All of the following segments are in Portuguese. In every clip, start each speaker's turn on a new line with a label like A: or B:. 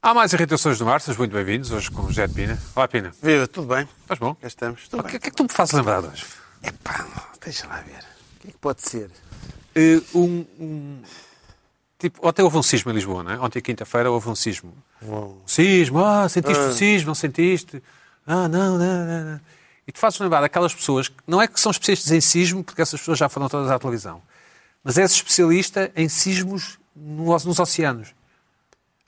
A: Há mais irritações no ar, sejam muito bem-vindos hoje com o José de Pina. Olá, Pina.
B: Viva, tudo bem?
A: Estás bom?
B: Já estamos,
A: O
B: tudo
A: que,
B: bem.
A: o que é que tu me fazes lembrar de hoje?
B: Epá, deixa lá ver. O que é que pode ser?
A: Eh, um, um- Tipo, ontem houve um sismo em Lisboa, não é? Ontem, quinta-feira, houve um sismo. Um sismo, ah, sentiste o sismo, não sentiste? Ah, não, não, não, não. E tu fazes lembrar daquelas pessoas, que não é que são especialistas em sismo, porque essas pessoas já foram todas à televisão, mas és especialista em sismos no- nos oceanos.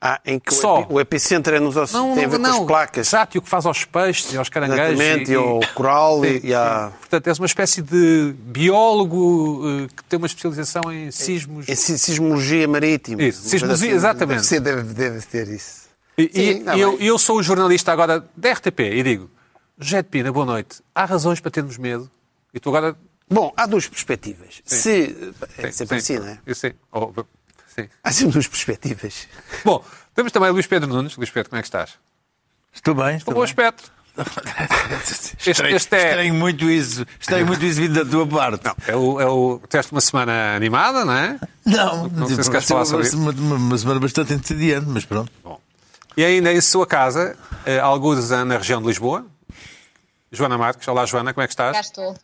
B: Ah, em que o
A: Só.
B: epi- o epicentro é nos ossos,
A: Não,
B: tem a
A: não,
B: ver com
A: não.
B: as placas.
A: Exato, e o que faz aos peixes e aos caranguejos.
B: Exatamente, e ao coral e, e à...
A: Portanto, és uma espécie de biólogo eh, que tem uma especialização em sismos.
B: em É si- sismologia marítima.
A: Isso,
B: Mas
A: sismologia,
B: assim,
A: exatamente.
B: Você deve, deve ter isso.
A: E,
B: Sim, é.
A: e-
B: está
A: e eu, e
B: bem.
A: eu sou o jornalista agora da RTP e digo: José de Pina, boa noite. Há razões para termos medo. E tu agora.
B: Bom, há duas perspectivas. Se... É sempre
A: sim,
B: assim, não é?
A: Eu sei. Oh, sim.
B: Há sempre duas perspectivas.
A: Bom, temos também Luís Pedro Nunes. Luís Pedro, como é que estás?
C: Estou bem, estou
A: Com bom
C: bem.
A: aspecto.
C: Estranho,
A: este é-
C: estranho muito isso. Estranho muito isso vindo da tua parte. Não,
A: É o, é o teste de uma semana animada, não é?
C: não, é
A: não sei se queres falar sobre isso.
C: uma, uma, uma semana bastante entediante, mas pronto.
A: Bom. E ainda em sua casa, eh, alguns na região de Lisboa. Joana Marques. Olá, Joana, como é que
D: Cá
A: estás?
D: estou.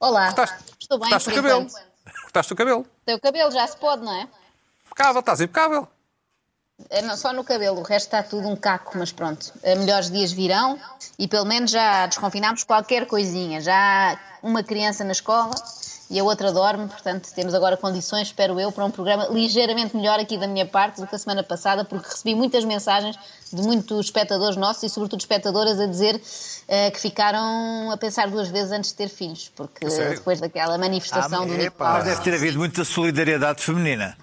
D: Olá.
A: Cortaste-
D: estou bem,
A: cortaste
D: por
A: o cabelo.
D: enquanto.
A: Cortaste o cabelo.
D: Tem o cabelo, já se pode, não é?
A: Impecável, estás impecável.
D: É, não, só no cabelo, o resto está tudo um caco, mas pronto. Eh, Melhores dias virão e pelo menos já desconfinámos qualquer coisinha. Já há uma criança na escola e a outra dorme, portanto temos agora condições, espero eu, para um programa ligeiramente melhor aqui da minha parte do que a semana passada, porque recebi muitas mensagens de muitos espectadores nossos e sobretudo espectadoras a dizer eh, que ficaram a pensar duas vezes antes de ter filhos, porque
A: sério? é,
D: depois daquela manifestação
B: Ah,
D: do
B: epá.
D: Nicolau.
C: Mas deve ter havido muita solidariedade feminina.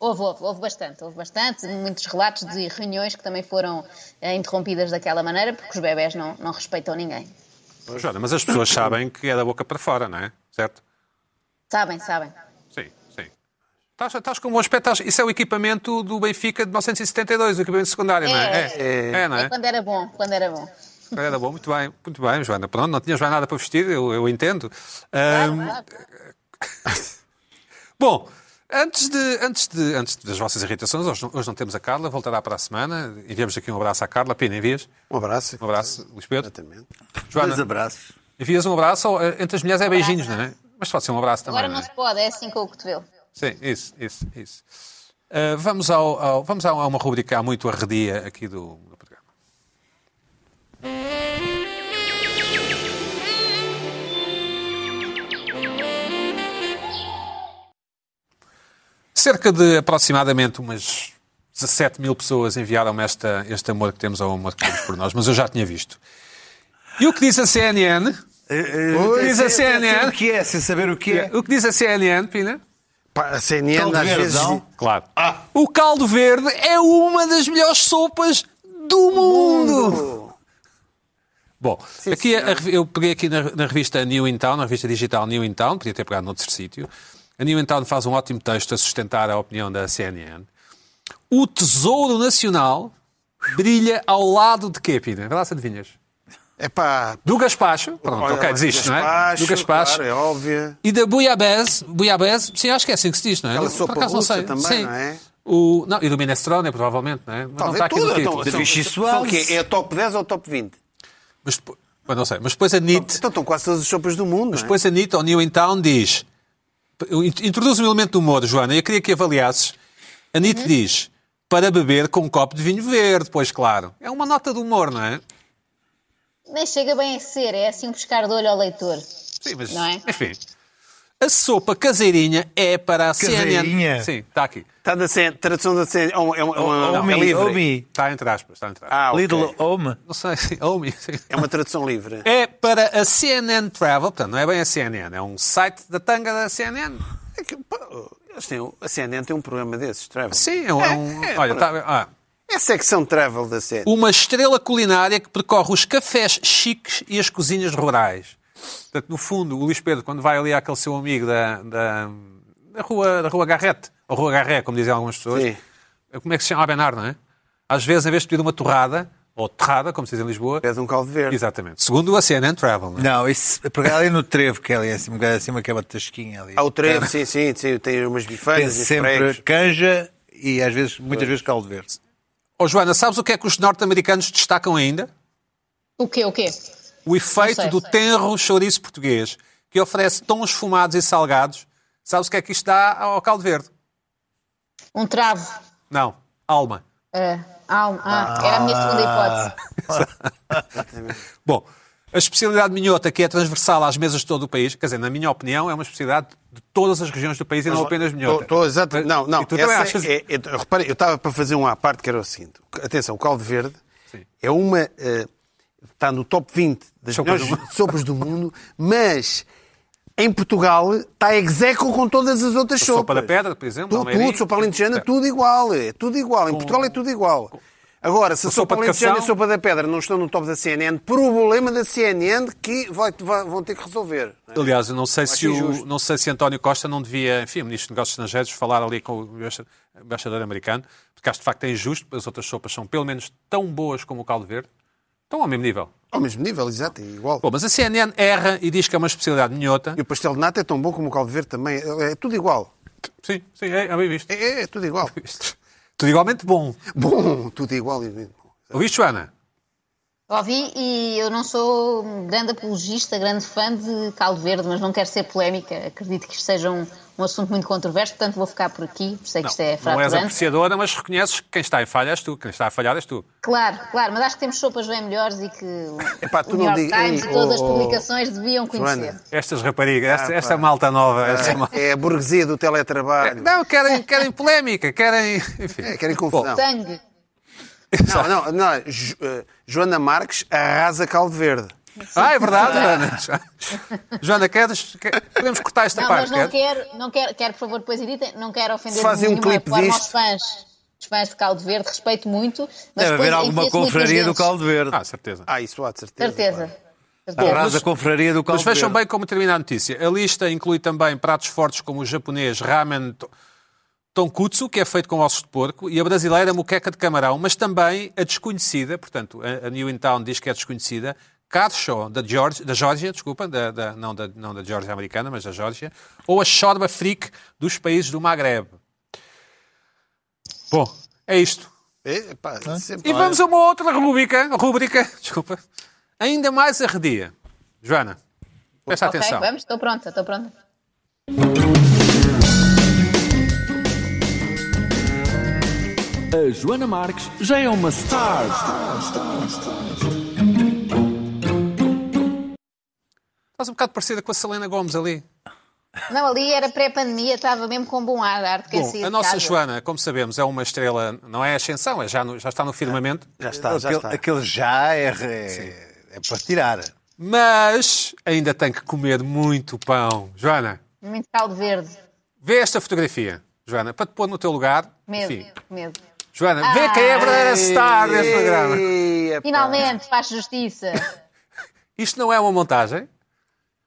D: Houve, houve, houve bastante, houve bastante, muitos relatos de reuniões que também foram eh, interrompidas daquela maneira, porque os bebés não, não respeitam ninguém.
A: Joana, mas as pessoas sabem que é da boca para fora, não é? Certo?
D: Sabem, sabem.
A: Sim, sim. Estás, estás com um bom aspecto. estás- Isso é o equipamento do Benfica de 1972, o equipamento secundário, não é?
D: É,
A: é, não é?
D: É quando era bom, quando era bom.
A: Era bom, muito bem, muito bem, Joana. Pronto, não tinhas mais nada para vestir, eu, eu entendo.
D: Claro,
A: Ahm,
D: claro.
A: Bom, antes, de, antes, de, antes das vossas irritações, hoje não, hoje não temos a Carla, voltará para a semana. Enviamos aqui um abraço à Carla. Pina, envias?
B: Um abraço.
A: Um abraço, Luís Pedro.
B: Exatamente.
C: Dois
A: Joana,
C: abraços.
A: envias um abraço? ou, eh, Entre as mulheres é beijinhos, não é? Mas pode ser um abraço também,
D: Agora
A: não é?
D: não se pode, é assim com o cotovelo.
A: Sim, isso, isso, isso. Ah, vamos ao, ao- vamos a uma rubrica há muito arredia aqui do, do programa. Cerca de aproximadamente umas 17 mil pessoas enviaram-me esta, este amor que temos ao amor que temos por nós, mas eu já tinha visto. E o que diz a CNN? diz assim. a CNN.
C: o que é, sem saber o que é.
A: O que diz a CNN, Pina?
B: assim. Pá, a CNN
C: Caldo
B: às
C: verde,
B: vezes...
C: não?
A: Claro.
B: Ah.
A: O caldo verde é uma das melhores sopas do mundo. Bom, aqui a- a revi- eu peguei aqui na, na revista New In Town, na revista digital New In Town, podia ter pegado noutro sítio. A New In Town faz um ótimo texto a sustentar a opinião da CNN. O Tesouro Nacional brilha ao lado de quê, Pina? Vai lá se adivinhas.
B: Epá,
A: Do Gaspacho. Pronto,
B: Olha,
A: ok,
B: olha,
A: desiste, não é?
B: gaspacho,
A: Do Gaspacho.
B: Claro, é óbvio.
A: E da Buiabese, Buiabese, sim, acho que é assim que se diz, não é?
B: Aquela
A: Eu,
B: sopa
A: por acaso, não
B: russa
A: sei.
B: também,
A: sim.
B: não é?
A: O, não, e do Minestrone, provavelmente, não é? Mas não está aqui no título.
C: então- Vichy
B: o
C: Soares.
B: quê? É o top 10 ou o top 20?
A: Mas, depois- mas não sei. Mas depois a NIT,
B: Então estão quase todas as sopas do mundo, não é?
A: depois a NIT, ao New In Town, diz... Introduz um elemento de humor, Joana, e eu queria que avaliasses. A NIT
D: Uhum.
A: diz, para beber com um copo de vinho verde, pois claro. É uma nota de humor, não é?
D: Nem chega bem a ser, é assim um pescar de olho ao leitor.
A: Sim, mas
D: Não é?
A: enfim. A sopa caseirinha é para a CNN.
C: Caseirinha?
A: Sim, está aqui.
B: Está da CNN, tradução da CNN. É um- é um- é uma-
C: Oh,
B: é
C: me,
B: livre.
C: oh, me.
A: Está entre aspas, está entre aspas.
B: Ah, ok.
C: Little Home.
A: Não sei, homem, sim.
B: É uma tradução livre.
A: é para a CNN Travel, portanto, não é bem a CNN, é um site da tanga da CNN.
B: É que, pá, eles têm, a CNN tem um programa desses, Travel.
A: Sim, é um. é um-
B: é,
A: olha,
B: pronto.
A: tá- ah,
B: É a secção Travel da CNN.
A: uma estrela culinária que percorre os cafés chiques e as cozinhas rurais. Portanto, no fundo, o Luís Pedro, quando vai ali àquele seu amigo da, da, da rua, da rua Garrete, ou Rua Garré, como dizem algumas pessoas,
B: Sim.
A: como é que se chama? Abenar, não é? Às vezes, em vez de pedir uma torrada, ou terrada, como se diz em Lisboa,
B: É de um caldo verde.
A: exatamente, segundo a CNN Travel, não é?
C: Não, isso pegar ali no trevo, que é ali acima, acima que é uma tasquinha ali.
B: Há o trevo, sim, sim, sim. Tem umas
C: Tem
B: bifanas, uns
C: sempre
B: pregos.
C: canja e às vezes, muitas vezes caldo verde.
A: Ou Oh, Joana, sabes o que é que os norte-americanos destacam ainda?
D: O quê, o quê?
A: O efeito
D: sei,
A: do
D: sei.
A: tenro chouriço português, que oferece tons fumados e salgados. Sabes o que é que isto dá ao caldo verde?
D: Um travo.
A: Não, alma.
D: Ah, alma. Ah, era a minha segunda hipótese.
A: Bom, a especialidade minhota, que é transversal às mesas de todo o país, quer dizer, na minha opinião, é uma especialidade de todas as regiões do país e não apenas minhota.
B: Estou exato. Não, não.
A: E tu também
B: essa
A: achas...
B: é- é- eu- repare, eu estava para fazer um à parte que era o seguinte. Atenção, o caldo verde
A: Sim.
B: é uma... eh, está no top 20 das
A: Sopas do
B: melhores sopas do mundo, mas... Em Portugal está execo com todas as outras sopas.
A: Sopa da pedra, por exemplo, é
B: Tudo,
A: Almeirim.
B: tudo, sopa alentejana, tudo igual. É tudo igual. Em Portugal é tudo igual. Agora, se a
A: sopa
B: sopa
A: de
B: alentejana e a
A: cação?
B: sopa da pedra não estão no top da CNN, problema da CNN que vai- vai- vão ter que resolver. não é?
A: Aliás, eu não sei, se
B: Acho
A: o,
B: injusto.
A: não sei se António Costa não devia, enfim, o Ministro dos Negócios Estrangeiros, falar ali com o embaixa- embaixador americano, porque acho de facto é injusto, as outras sopas são pelo menos tão boas como o caldo verde, estão ao mesmo nível.
B: Ao mesmo nível, exato, é igual.
A: Bom, mas a CNN erra e diz que é uma especialidade minhota.
B: E o pastel de nata é tão bom como o caldo verde também. É, é tudo igual.
A: Sim, sim, é, é bem visto.
B: É, é, é tudo igual.
A: Tudo igualmente bom.
B: Bom, tudo igual. e mesmo.
A: Ouviste, Joana?
D: Ouvi e eu não sou grande apologista, grande fã de caldo verde, mas não quero ser polémica. Acredito que isto seja um, um assunto muito controverso, portanto vou ficar por aqui. Sei que isto é
A: não és
D: fraturante.
A: apreciadora, mas reconheces que quem está em falha és tu, quem está a falhar és tu.
D: Claro, claro, mas acho que temos sopas bem melhores e que o
B: Epá, tu
D: o New
B: não
D: York
B: diga-
D: Times
B: Ei,
D: e todas
B: oh,
D: as
B: oh,
D: publicações deviam conhecer.
B: Joana.
A: Estas raparigas, esta,
B: Ah,
A: esta
B: pá.
A: malta nova. esta mal-
B: É a burguesia do teletrabalho.
A: Não, querem, querem polémica, querem. Enfim. é-
B: É, querem confusão.
D: Sangue.
B: Não, não, não. Jo- eh, Joana Marques arrasa caldo verde.
A: Ah, é verdade, Joana. Joana, queres. quer- Podemos cortar esta
D: Não,
A: parte,
D: mas não
A: queres?
D: quero, não quero, quero, por favor, depois editem, não quero ofender de
B: Fazem um
D: nenhuma
B: clipe
D: forma
B: disto.
D: aos fãs. Os fãs de Caldo Verde, respeito muito. Mas
C: Deve
D: depois
C: haver alguma
D: enfia-se muitas
C: confraria do
D: vezes.
C: Caldo Verde.
A: Ah, certeza.
B: Ah, isso há de certeza.
D: Certeza. Certeza.
C: Haverá da confraria do Caldo
A: Mas vejam
C: Verde.
A: bem como termina a notícia. A lista inclui também pratos fortes como o japonês ramen to- tonkutsu, que é feito com ossos de porco, e a brasileira muqueca de camarão, mas também a desconhecida, portanto, a a New In Town diz que é desconhecida, Karshaw, da Georgia, da Geórgia, desculpa, da, da- não, da, não da Geórgia americana, mas da Geórgia, ou a chorba fric dos países do Maghreb. Bom, é isto.
B: É, pá, sempre-
A: E vamos a uma outra rubrica, rubrica, desculpa, ainda mais arredia. Joana, presta
D: Ok,
A: atenção.
D: vamos, estou pronta, estou pronta.
E: A Joana Marques já é uma star.
A: Estás um bocado parecida com a Selena Gomes ali.
D: Não, ali era pré-pandemia, estava mesmo com um bom ar, ar de quem
A: Bom,
D: saía
A: a
D: de
A: nossa
D: casa.
A: Joana, como sabemos, é uma estrela, não é ascensão, é já, no- já está no firmamento,
B: Já está, já
C: aquele,
B: está.
C: aquele já é, é, é para tirar.
A: mas ainda tem que comer muito pão. Joana,
D: Muito caldo verde.
A: vê esta fotografia, Joana, para te pôr no teu lugar.
D: Medo,
A: Enfim,
D: medo.
A: Joana, vê quem é a verdadeira star deste programa.
B: Ei, epá.
A: Ah.
D: Finalmente, faz justiça.
A: Isto não é uma montagem.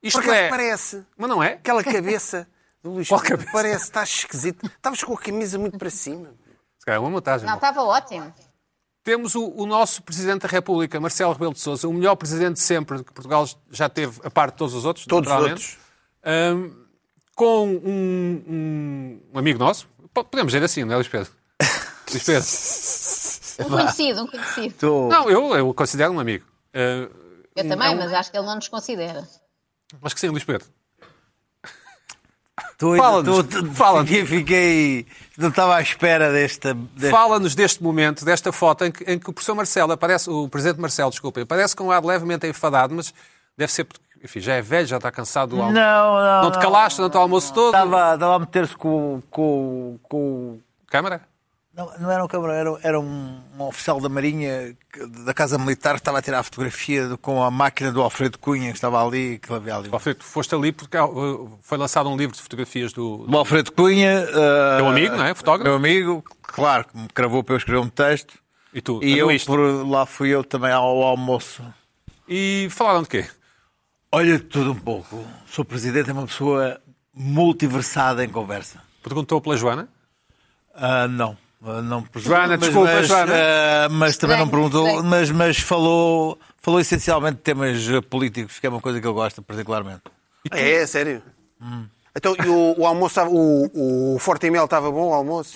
A: Isto
B: Porque
A: é.
B: parece.
A: Mas não é?
B: Aquela cabeça do Luís
A: Qual
B: Pedro
A: cabeça?
B: parece, está esquisito. Estavas com a camisa muito para cima.
A: Se calhar é uma montagem.
D: Não, estava ótimo.
A: Temos o, o nosso Presidente da República, Marcelo Rebelo de Sousa, o melhor Presidente de sempre que Portugal já teve, a par de todos os outros.
B: Todos os
A: naturalmente. Ahm, com um, um- um amigo nosso, Po- podemos dizer assim, não é, Luís Pedro? Luís Pedro.
D: Um conhecido, um conhecido.
C: Estou.
A: Não, eu, eu o considero um amigo. Ah,
D: Eu também, mas acho que ele não nos considera.
A: acho que sim, Luís Pedro.
C: Estou,
A: Fala-nos,
C: estou-
A: fala-nos.
C: fiquei, fiquei- Não estava à espera desta. desta-
A: Fala-nos deste momento, desta foto em que, em que o professor Marcelo aparece, o Presidente Marcelo, desculpem, aparece com um ar levemente enfadado, mas deve ser, porque, enfim, já é velho, já está cansado do
C: Não,
A: almoço.
C: não.
A: Não te calaste durante o almoço todo?
C: Estava, estava a meter-se com, com, com.
A: Câmara?
C: Não, não era um camarão, era, era um, um oficial da Marinha que- da Casa Militar que estava a tirar a fotografia do- com a máquina do Alfredo Cunha que estava ali. Que havia ali. um
A: Ó, Filipe, tu foste ali porque ah, uh, foi lançado um livro de fotografias do.
C: O Alfredo Cunha. eh,
A: Teu amigo, não é? Fotógrafo.
C: Meu amigo, claro, que me cravou para eu escrever um texto.
A: E tu,
C: E eu,
A: anuíste.
C: por- lá fui eu também ao almoço.
A: E falaram de quê?
C: Olha de tudo um pouco. O Sr. Presidente é uma pessoa multiversada em conversa.
A: Perguntou pela Joana.
C: Ah, não. Ah, não perguntou,
A: Joana, desculpa,
C: mas,
A: Joana.
C: ah, mas também não
D: Estranho,
C: perguntou,
D: estranho.
C: mas, mas falou, falou essencialmente de temas ah, políticos, que é uma coisa que eu gosto particularmente.
B: É, sério. Então, e o, o almoço, estava- o, o Forte Mel estava bom, o almoço?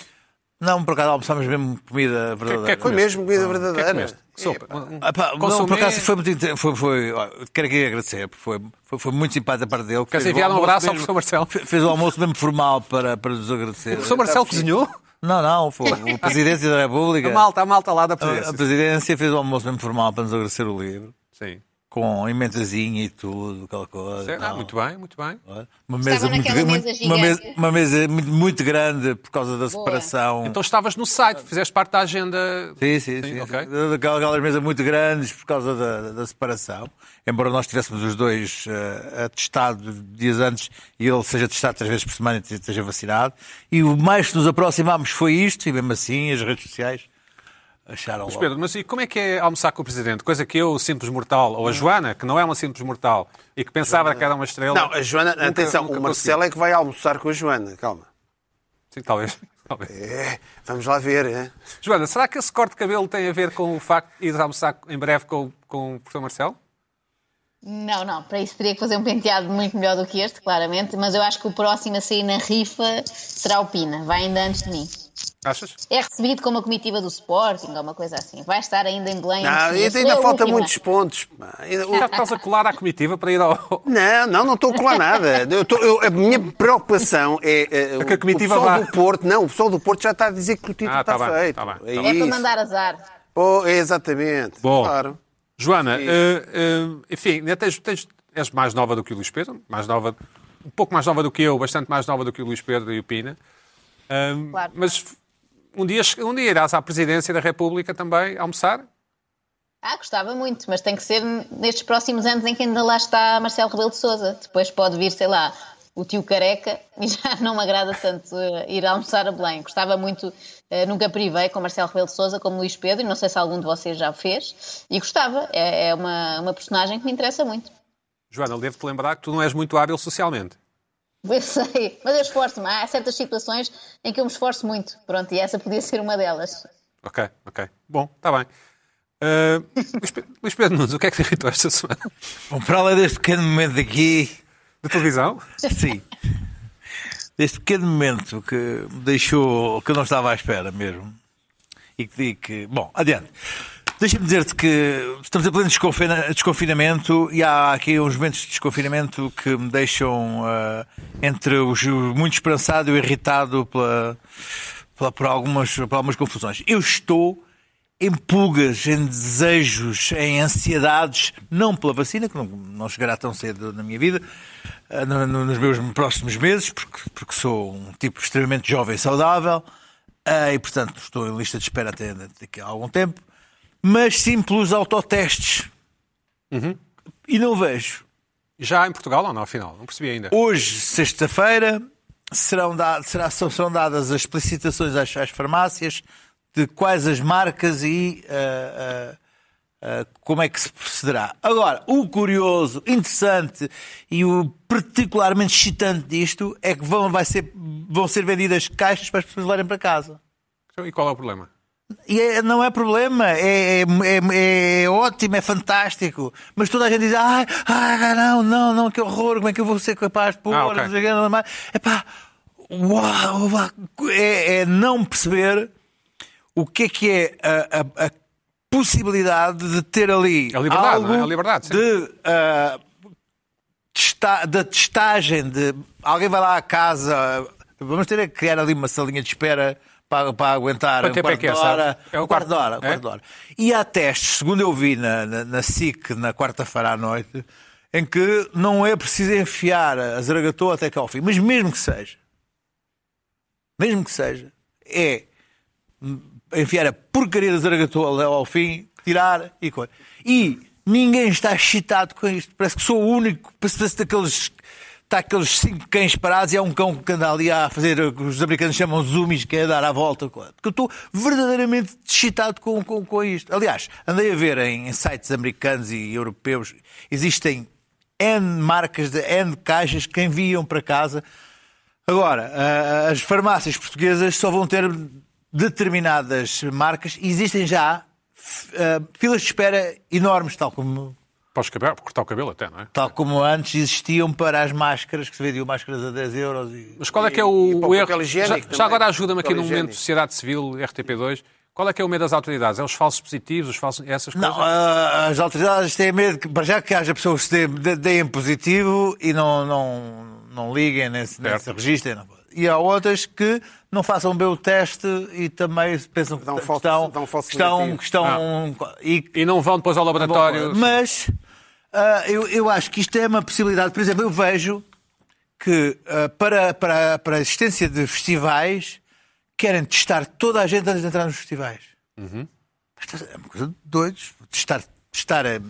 C: Não, por acaso almoçámos mesmo comida verdadeira.
A: Que- que-
B: Foi mesmo comida
A: que
B: verdadeira.
A: comeste? Que sopa? Um- um-
C: Ah, pá, não,
A: Consumir-
C: por acaso foi muito inte- foi, foi, ó, Quero aqui agradecer, porque foi, foi, foi muito simpático da parte dele.
A: Queres
C: Fez o
A: enviar um
C: almoço
A: abraço ao
C: mesmo-
A: professor Marcelo?
C: fe- Fez o almoço mesmo formal para, para nos agradecer.
A: O professor Marcelo cozinhou?
C: Não, não, foi o Presidência da República.
A: A malta, a malta lá da
C: A- a
A: presidência.
C: Presidência fez o almoço mesmo formal para nos agradecer o livro,
A: Sim.
C: com ementazinha e tudo, aquela coisa.
A: Certo? Ah,
C: tal. é?
A: muito bem, muito bem.
C: Uma mesa, muito,
D: naquela
C: gra-
D: mesa
C: muito- uma, mesa,
D: gigante.
C: uma mesa muito, muito grande por causa da separação.
A: Então estavas no site, fizeste parte da agenda.
C: Sim, sim, sim.
A: ok.
C: Aquela- Aquelas mesas muito grandes por causa da, da separação. Embora nós tivéssemos os dois eh, atestados dias antes e ele seja testado três vezes por semana e esteja vacinado. E o mais que nos aproximámos foi isto, e mesmo assim as redes sociais acharam
A: Mas,
C: logo.
A: Pedro, mas e como é que é almoçar com o Presidente? Coisa que eu, o simples mortal, ou a Joana, que não é uma simples mortal, e que pensava que era uma estrela...
B: Não, a Joana,
A: nunca-
B: atenção,
A: nunca
B: o Marcelo é que vai almoçar com a Joana, calma.
A: conseguiu. Sim, talvez. talvez.
B: É, vamos lá ver, é?
A: Joana, será que esse corte de cabelo tem a ver com o facto de ires almoçar em breve com, com o professor Marcelo?
D: Não, não, para isso teria que fazer um penteado muito melhor do que este, claramente, mas eu acho que o próximo a sair na rifa será o Pina, vai ainda antes de mim.
A: Achas?
D: É recebido com uma comitiva do Sporting ou uma coisa assim. Vai estar ainda em Belém.
B: Não,
D: antes de mim.
B: ainda,
D: Eu sou
B: ainda
D: a
B: falta
D: última.
B: muitos pontos. pá. Ainda- o-
A: Já te estás a colar à comitiva para ir ao...
B: Não, não, não estou a colar nada. Eu tô- eu- a minha preocupação é. eh,
A: que a
B: o-
A: comitiva
B: o pessoal
A: vá.
B: do Porto, não, o pessoal do Porto já está a dizer que o título
A: Ah, tá
B: está
A: bem,
B: feito.
A: tá bem, tá
B: é
A: bem.
D: É para
B: isso.
D: mandar azar.
B: Oh, é exatamente.
A: Bom.
B: Claro.
A: Joana, eh, eh, enfim, né, tens- tens- és mais nova do que o Luís Pedro, mais nova, um pouco mais nova do que eu, bastante mais nova do que o Luís Pedro e o Pina. Ahm,
D: Claro.
A: Mas f- um dia, che- um dia irás à presidência da República também almoçar?
D: Ah, gostava muito, mas tem que ser nestes próximos anos em que ainda lá está Marcelo Rebelo de Souza. Depois pode vir, sei lá, o tio Careca e já não me agrada tanto eh, ir almoçar a Belém. Gostava muito, eh, nunca privei com Marcelo Rebelo de Souza, como Luís Pedro, e não sei se algum de vocês já o fez. E gostava, é, é uma, uma personagem que me interessa muito.
A: Joana, devo-te lembrar que tu não és muito hábil socialmente.
D: Eu sei, mas eu esforço-me. Há certas situações em que eu me esforço muito. Pronto, e essa podia ser uma delas.
A: Ok, ok. Bom, está bem. Ah, Luís Pe- Luís Pedro Nunes, o que é que te irritou esta semana?
C: Bom, para além deste pequeno momento aqui,
A: De televisão?
C: Sim. Deste pequeno momento que me deixou, que eu não estava à espera mesmo. E que digo que. Bom, adiante. Deixa-me dizer-te que estamos em pleno desconfina- desconfinamento e há aqui uns momentos de desconfinamento que me deixam ah, entre os muito esperançado e o irritado pela, pela- por, algumas, por algumas confusões. Eu estou em pulgas, em desejos, em ansiedades, não pela vacina, que não, não chegará tão cedo na minha vida, ah, no- no- nos meus próximos meses, porque, porque sou um tipo extremamente jovem e saudável, ah, e portanto estou em lista de espera até daqui a algum tempo, mas sim pelos autotestes. E não vejo.
A: Já em Portugal ou não, afinal? Não percebi ainda.
C: Hoje, sexta-feira, serão, da- será- são, são dadas as explicitações às, às farmácias de quais as marcas e ah, ah, ah, como é que se procederá. Agora, o curioso, interessante e o particularmente excitante disto é que vão, vai ser, vão ser vendidas caixas para as pessoas levarem para casa.
A: E qual é o problema?
C: E é- não é problema, é, é- é- é ótimo, é fantástico. Mas toda a gente diz: ai, ai, não, não, não, que horror, como é que eu vou ser capaz de pôr?
A: Ah, ok.
C: não sei o quê, não sei mais. Epá, uau, uau, é, é não perceber o que é que é a, a- a possibilidade de ter ali
A: A liberdade,
C: algo
A: não é? A liberdade, sim.
C: de ah, testa- da testagem de alguém vai lá à casa, vamos ter que criar ali uma salinha de espera para, para aguentar
A: Quanto
C: um
A: tempo é
C: quarto
A: que
C: de
A: é, sabes?
C: hora.
A: É
C: É
A: o
C: um quarto de
A: quarto-
C: hora. um
A: é?
C: quarto de hora. E há testes, segundo eu vi na, na, na SIC na quarta-feira à noite, em que não é preciso enfiar a zaragatoa até cá ao fim, mas mesmo que seja, mesmo que seja, é enfiar a porcaria da zaragatoa ao fim, tirar e coisa. E ninguém está excitado com isto. Parece que sou o único. Parece, parece daqueles. Está aqueles cinco cães parados e há um cão que anda ali a fazer o que os americanos chamam zoomies, que é dar à volta. coisa. Porque eu estou verdadeiramente excitado com, com, com isto. Aliás, andei a ver em, em sites americanos e europeus, existem N marcas, de N caixas que enviam para casa Agora, ah, as farmácias portuguesas só vão ter determinadas marcas e existem já f- ah, filas de espera enormes, tal como
A: Podes cabelo, cortar o cabelo até, não é?
C: Tal como antes existiam para as máscaras, que se vendiam máscaras a 10 euros. E...
A: Mas qual é que é
F: E- e
A: o,
F: para o
A: o erro?
F: papel
A: Já,
F: higiênico
A: já
F: também.
A: agora ajuda-me aqui
F: Papel
A: no momento
F: higiênico.
A: de Sociedade Civil, RTP2. Qual é que é o medo das autoridades? É os falsos positivos, os falsos, essas coisas?
C: Não, ah, as autoridades têm medo que, para já que haja pessoas que deem- de- deem positivo e não, não, não liguem, nem se, nem
A: Certo.
C: se registrem. não. E há outras que não façam bem o teste e também pensam que
B: Dão
C: que
B: falso-
C: estão.
B: dão falso
C: que estão,
B: negativo.
C: que estão
A: Ah.
C: e
A: E não vão depois ao laboratório?
C: mas ah, eu, eu acho que isto é uma possibilidade. Por exemplo, eu vejo que ah, para, para, para a existência de festivais querem testar toda a gente antes de entrar nos festivais.
A: Uhum.
C: Mas É uma coisa de doidos. Testar, testar eh,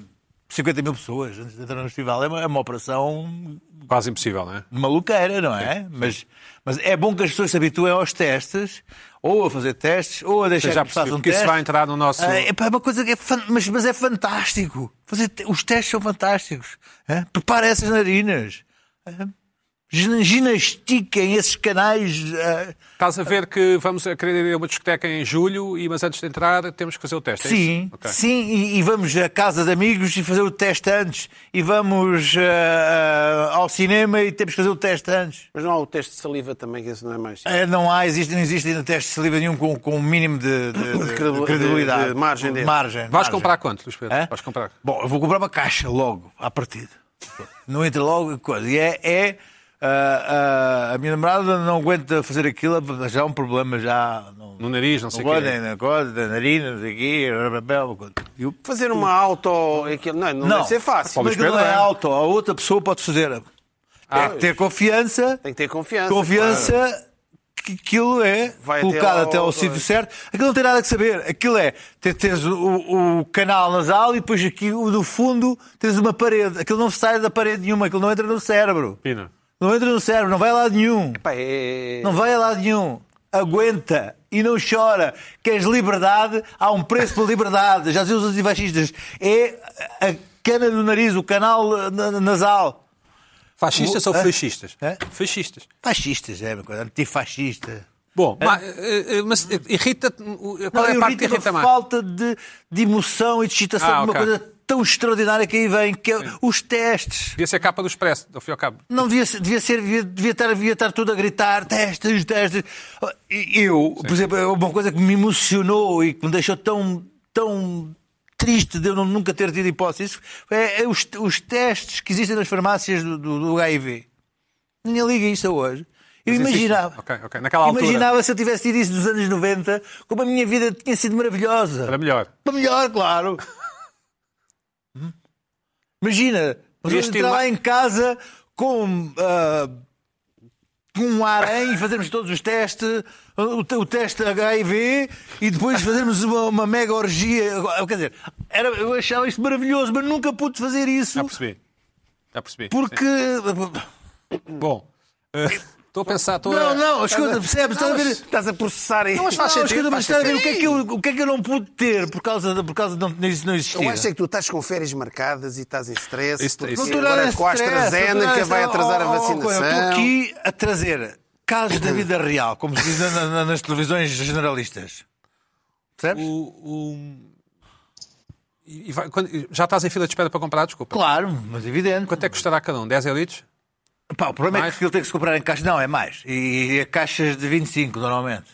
C: 50 mil pessoas antes de entrar no festival é uma- é uma operação
A: Quase impossível, não é?
C: maluqueira, não é? Mas, mas é bom que as pessoas se habituem aos testes, ou a fazer testes, ou a deixar
A: Eu já
C: que se um façam
A: percebi que isso
C: testes.
A: vai entrar no nosso-
C: Ah, é pá, uma coisa que é fan- mas, mas é fantástico. Fazer te- Os testes são fantásticos. hã? Prepara essas narinas. hã? Gin- Ginastiquem esses canais. ah, hã?
A: Estás a ver que vamos a querer ir a uma discoteca em julho, e, mas antes de entrar temos que fazer o teste. é
C: Sim,
A: isso? Ok.
C: sim, e, e vamos à casa de amigos e fazer o teste antes. E vamos ah, ah, ao cinema e temos que fazer o teste antes.
B: Mas não há o teste de saliva também, que esse não é mais.
C: É, não há, existe, não existe ainda teste de saliva nenhum com, com um mínimo de, de- de- de
B: credibil-
C: credibilidade.
B: de- de margem de-
C: margem.
A: Vais
C: margem.
A: comprar quanto, Luís Pedro?
C: Hã?
A: Vais comprar.
C: Bom, eu vou comprar uma caixa logo, à partida. Não entra logo e coisa. E é. é, ah, ah, a minha namorada não aguenta fazer aquilo, já há um problema já. Não,
A: No nariz, não sei o
C: gosta, nem
A: quê.
C: na coisa, da narina, não sei o quê, blá, blá, blá, blá, coisa. E o-
B: Fazer uma auto. aquilo- Não, não, deve ser fácil.
A: Paulo
C: Mas
A: Espera,
C: não é
A: bem.
C: auto, a outra pessoa pode fazer.
B: Ah,
C: Tem que ter confiança
B: Tem que ter confiança.
C: confiança que aquilo é
B: Vai até
C: colocado
B: ao-
C: até ao sítio certo. Aquilo não tem nada que saber. Aquilo é ter- tens o, o canal nasal e depois aqui o do fundo tens uma parede. Aquilo não sai da parede nenhuma, aquilo não entra no cérebro.
A: Pina.
C: Não entra no cérebro, não vai a lado nenhum.
B: Pá, é-
C: Não vai a lado nenhum. Aguenta e não chora. Queres liberdade? Há um preço pela liberdade. Já dizem os antifascistas. É a cana do nariz, o canal eh, na- nasal.
A: Fascistas ou
C: Hã?
A: fascistas?
C: Hã?
A: Fascistas.
C: Fascistas, é uma coisa antifascista.
A: Bom, ma- eh, eh, mas, eh, irrita-te. o- Qual
C: Não,
A: é a parte que
C: irrita-me
A: irrita
C: a
A: mais?
C: falta de, de emoção e de excitação
A: Ah,
C: de uma
A: ok.
C: coisa tão extraordinária que aí vem, que é os testes.
A: Devia ser a capa do Expresso, ao fim e ao cabo.
C: Não devia, ser- devia ser, devia, devia estar, devia estar tudo a gritar, testes, testes. E Eu, por exemplo, é uma coisa que me emocionou e que me deixou tão, tão triste de eu não- nunca ter tido hipótese. Isso é, é os, os testes que existem nas farmácias do, do, do HIV. Ninguém liga isso hoje. Eu
A: Mas existe.
C: imaginava.
A: Ok, ok. Naquela altura.
C: Imaginava se eu tivesse tido isso nos anos 90, como a minha vida tinha sido maravilhosa.
A: Era melhor.
C: Para melhor, claro. Hum? Imagina, você
A: Devias ter
C: entrar lá
A: uma-
C: em casa com, ah, com um harém e fazermos todos os testes, o, te- o teste HIV e depois fazermos uma, uma mega orgia. Quer dizer, era, eu achava isto maravilhoso, mas nunca pude fazer isso
A: Já percebi. Já percebi.
C: porque.
A: Sim. Bom. eh, Estou a pensar. Estou
C: Não,
A: a...
C: não, escuta, percebes? Estás a ver.
B: Estás a processar aí.
A: Não, mas faz
C: Não,
A: sentido,
C: escuta, mas
A: faz
C: estás a
A: sentido.
C: ver o que é que eu, o que é que eu não pude ter por causa de, por causa de não, disso não existir?
B: Eu acho é que tu estás com férias marcadas e estás em stress.
A: Isso-
B: porque
A: isso-
C: Não estou
B: agora
C: nada
B: com a
C: nesse stress, não estou
B: AstraZeneca
C: nada
B: vai
C: nesse-
B: atrasar a
C: Oh, oh, oh,
B: vacinação.
C: Eu estou aqui a trazer casos da vida real, como se diz na- na- nas televisões generalistas. Percebes?
A: O, o- E e vai- quando- Já estás em fila de espera para comprar, desculpa.
C: Claro, mas evidente.
A: Quanto é que custará cada um? 10 euritos?
C: Pá, o problema é
A: Mais?
C: que aquilo tem que se comprar em caixas. Não, é mais. E, é caixas de 25, normalmente.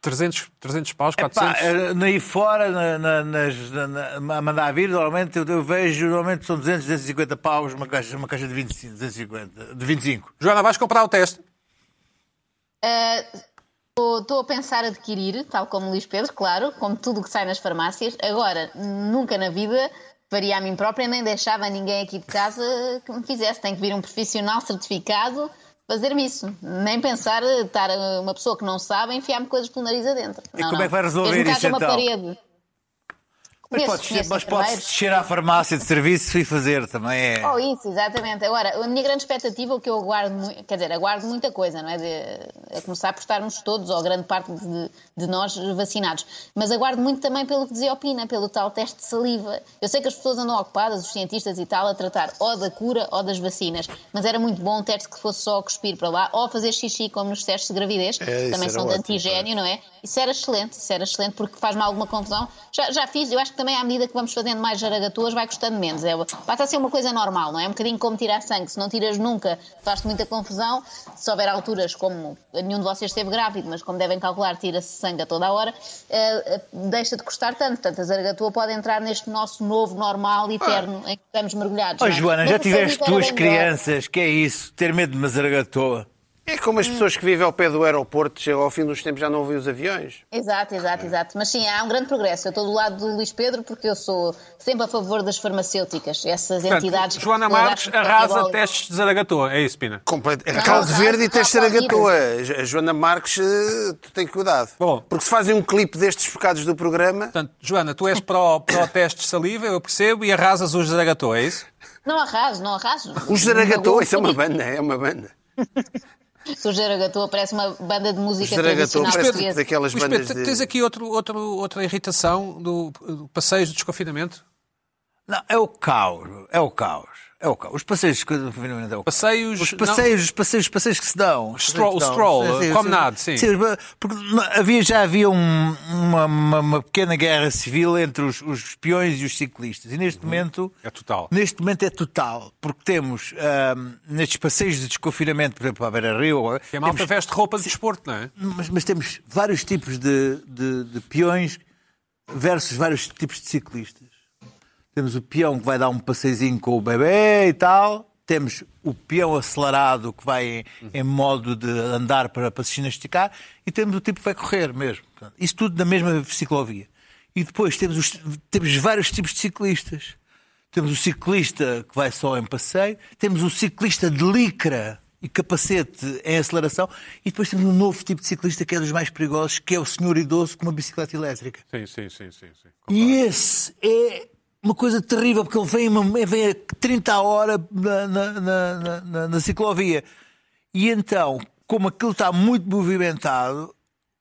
A: 300, 300 paus,
C: Pá,
A: 400?
C: eh, aí fora, na, na, nas- na- na- a mandar vir, normalmente eu, eu vejo, normalmente são 200, 250 paus, uma caixa, uma caixa de 25, 250, de 25.
A: Joana, vais comprar o teste?
D: Estou a pensar adquirir, tal como o Luís Pedro, claro, como tudo o que sai nas farmácias. Agora, nunca na vida faria a mim própria, nem deixava ninguém aqui de casa que me fizesse. Tem que vir um profissional certificado fazer-me isso. Nem pensar eh, estar eh, uma pessoa que não sabe a enfiar-me coisas pelo nariz adentro.
C: E
D: Não,
C: como
D: não.
C: é que vai resolver
D: Mesmo que
C: isso,
D: haja uma
C: então?
D: parede.
C: Mas
D: Conheço-
C: podes,
D: conheço
C: mas podes
D: enfermeiros.
C: descer à farmácia de serviço e fazer também. É...
D: Oh, isso, exatamente. Agora, a minha grande expectativa, o que eu aguardo, mui- quer dizer, aguardo muita coisa, não é? De, a começar por estarmos todos, ou grande parte de, de nós, vacinados. Mas aguardo muito também pelo que dizia a Pina, pelo tal teste de saliva. Eu sei que as pessoas andam ocupadas, os cientistas e tal, a tratar ou da cura ou das vacinas, mas era muito bom um teste que fosse só cuspir para lá, ou fazer xixi, como nos testes de gravidez,
B: isso era
D: também são
B: ótimo,
D: de é?
B: é.
D: antigênio, não é? Isso era excelente, isso era excelente, porque faz-me alguma confusão. Já, já fiz, eu acho que que também à medida que vamos fazendo mais jaragatuas vai custando menos. É, passa a ser uma coisa normal, não é? É um bocadinho como tirar sangue. Se não tiras nunca, faz-te muita confusão. Se houver alturas como nenhum de vocês esteve grávido, mas como devem calcular, tira-se sangue a toda a hora, eh, eh, deixa de custar tanto. Portanto, a zaragatua pode entrar neste nosso novo normal eterno em que estamos mergulhados.
C: Ah. Ó
D: não é?
C: Joana,
D: Mas
C: já
D: a
C: tiveste
D: saúde era
C: duas
D: bem
C: crianças, que é isso? Ter medo de uma zaragatoa.
B: É como as pessoas que vivem ao pé do aeroporto, chegam ao fim dos tempos já não ouvem os aviões.
D: Exato, exato, exato. Mas sim, há um grande progresso. Eu estou do lado do Luís Pedro porque eu sou sempre a favor das farmacêuticas, essas entidades.
A: Portanto,
D: que
A: Joana
D: estão a dar
A: Marques
D: conta
A: arrasa
D: bola.
A: testes de Zaragatua. É isso, Pina.
B: Complet... É caldo
D: não,
B: verde
D: não,
B: e tens de ser
D: não,
B: a gatoa. Jo- Joana Marques, eh, tu tem cuidado.
A: Bom.
B: Porque se fazem um clipe destes bocados do programa,
A: Portanto, Joana, tu és para o, para o teste de saliva, eu percebo, e arrasas os Zaragatua, é isso?
D: Não arraso, não arraso.
B: os Zaragatou, isso é uma banda, é uma banda.
D: O Zaragatua parece uma banda de música
B: Os Zaragatua
D: tradicional
B: parece
D: portuguesa.
B: daquelas
A: Luís
B: bandas
A: Pedro,
B: de...
A: tens aqui outro, outro, outra irritação do, do passeio do desconfinamento?
C: Não, é o caos, é o caos. É o caos. Os passeios que finalmente é o caos.
A: Passeios...
C: Os
A: não-
C: passeios, os passeios, os passeios que se dão. os
A: Stroll-
C: passeios que se dão.
A: o stroll,
C: Sim, sim,
A: promenade, sim.
C: porque havia, já havia um- uma, uma- uma pequena guerra civil entre os, os peões e os ciclistas. E neste momento.
A: É total.
C: Neste momento é total. Porque temos, ahm, nestes passeios de desconfinamento, por exemplo, à Beira Rio,
A: Que é a malta veste roupa de desporto, não é?
C: mas, mas temos vários tipos de, de- de peões versus vários tipos de ciclistas. Temos o peão que vai dar um passeizinho com o bebê e tal. Temos o peão acelerado que vai em, em modo de andar para, para se ginasticar. E temos o tipo que vai correr mesmo. Portanto, isso tudo na mesma ciclovia. E depois temos, os- temos vários tipos de ciclistas. Temos o ciclista que vai só em passeio, temos o ciclista de licra e capacete em aceleração, e depois temos um novo tipo de ciclista que é dos mais perigosos, que é o senhor idoso com uma bicicleta elétrica.
A: Sim, sim, sim, sim. sim.
C: E esse é uma coisa terrível, porque ele vem, uma- vem a 30 a hora na, na- na- na- na- na ciclovia. E então, como aquilo está muito movimentado,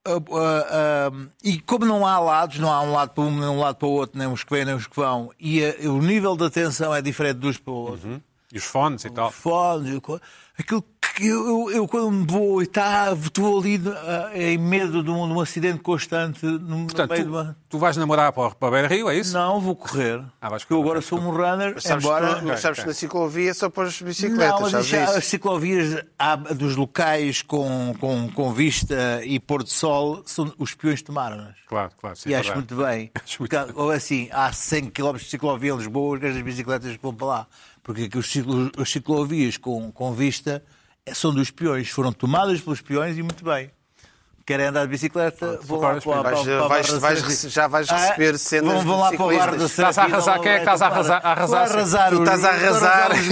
C: ah, ah, ah, e como não há lados, não há um lado para um, nem um lado para o outro, nem os que vêm, nem os que vão, e ah, o nível de atenção é diferente de uns para o outro
A: E os fones e tal.
C: fones, e co- aquilo que eu, eu, eu quando me vou e tá, estou ali ah, em medo de um, de um acidente constante no, no
A: Portanto,
C: meio de uma...
A: tu, tu vais namorar para, o- para Beira Rio, é isso?
C: Não, vou correr.
A: Ah, vais
C: porque eu
A: correr,
C: agora sou um runner,
B: Sabes,
C: embora...
B: que tu- sabes que na ciclovia é só para as
C: Não,
B: bicicletas,
C: mas
B: sabes
C: isso, há-
B: isso?
C: as ciclovias há- dos locais com, com, com vista e pôr de sol, são, os peões tomaram-nas.
A: Claro, claro. Sim,
C: E
A: é
C: acho
A: verdade.
C: muito bem.
A: Acho muito
C: Porque há- ou assim, há 100 km de ciclovia em Lisboa, os gajos das bicicletas que vão para lá. Porque aqui os, ciclo- as ciclovias com, com vista eh, são dos peões, foram tomadas pelos peões e muito bem. Querem andar de bicicleta, vão lá
A: para os
C: para, o-
A: peões.
C: para, o-
B: Vais-
C: para
B: vais-
C: a Barra da
B: vais
C: Serra.
B: rece- já vais receber cenas
C: vão- Vão Ah, lá
B: de
C: para o Barra da
B: ciclistas.
C: Serra.
A: Estás a arrasar, quem é que estás a arrasar- a arrasar?
C: Estou a arrasar
B: Tu
C: os-
B: estás a
C: estou
B: arrasar,
C: os- os-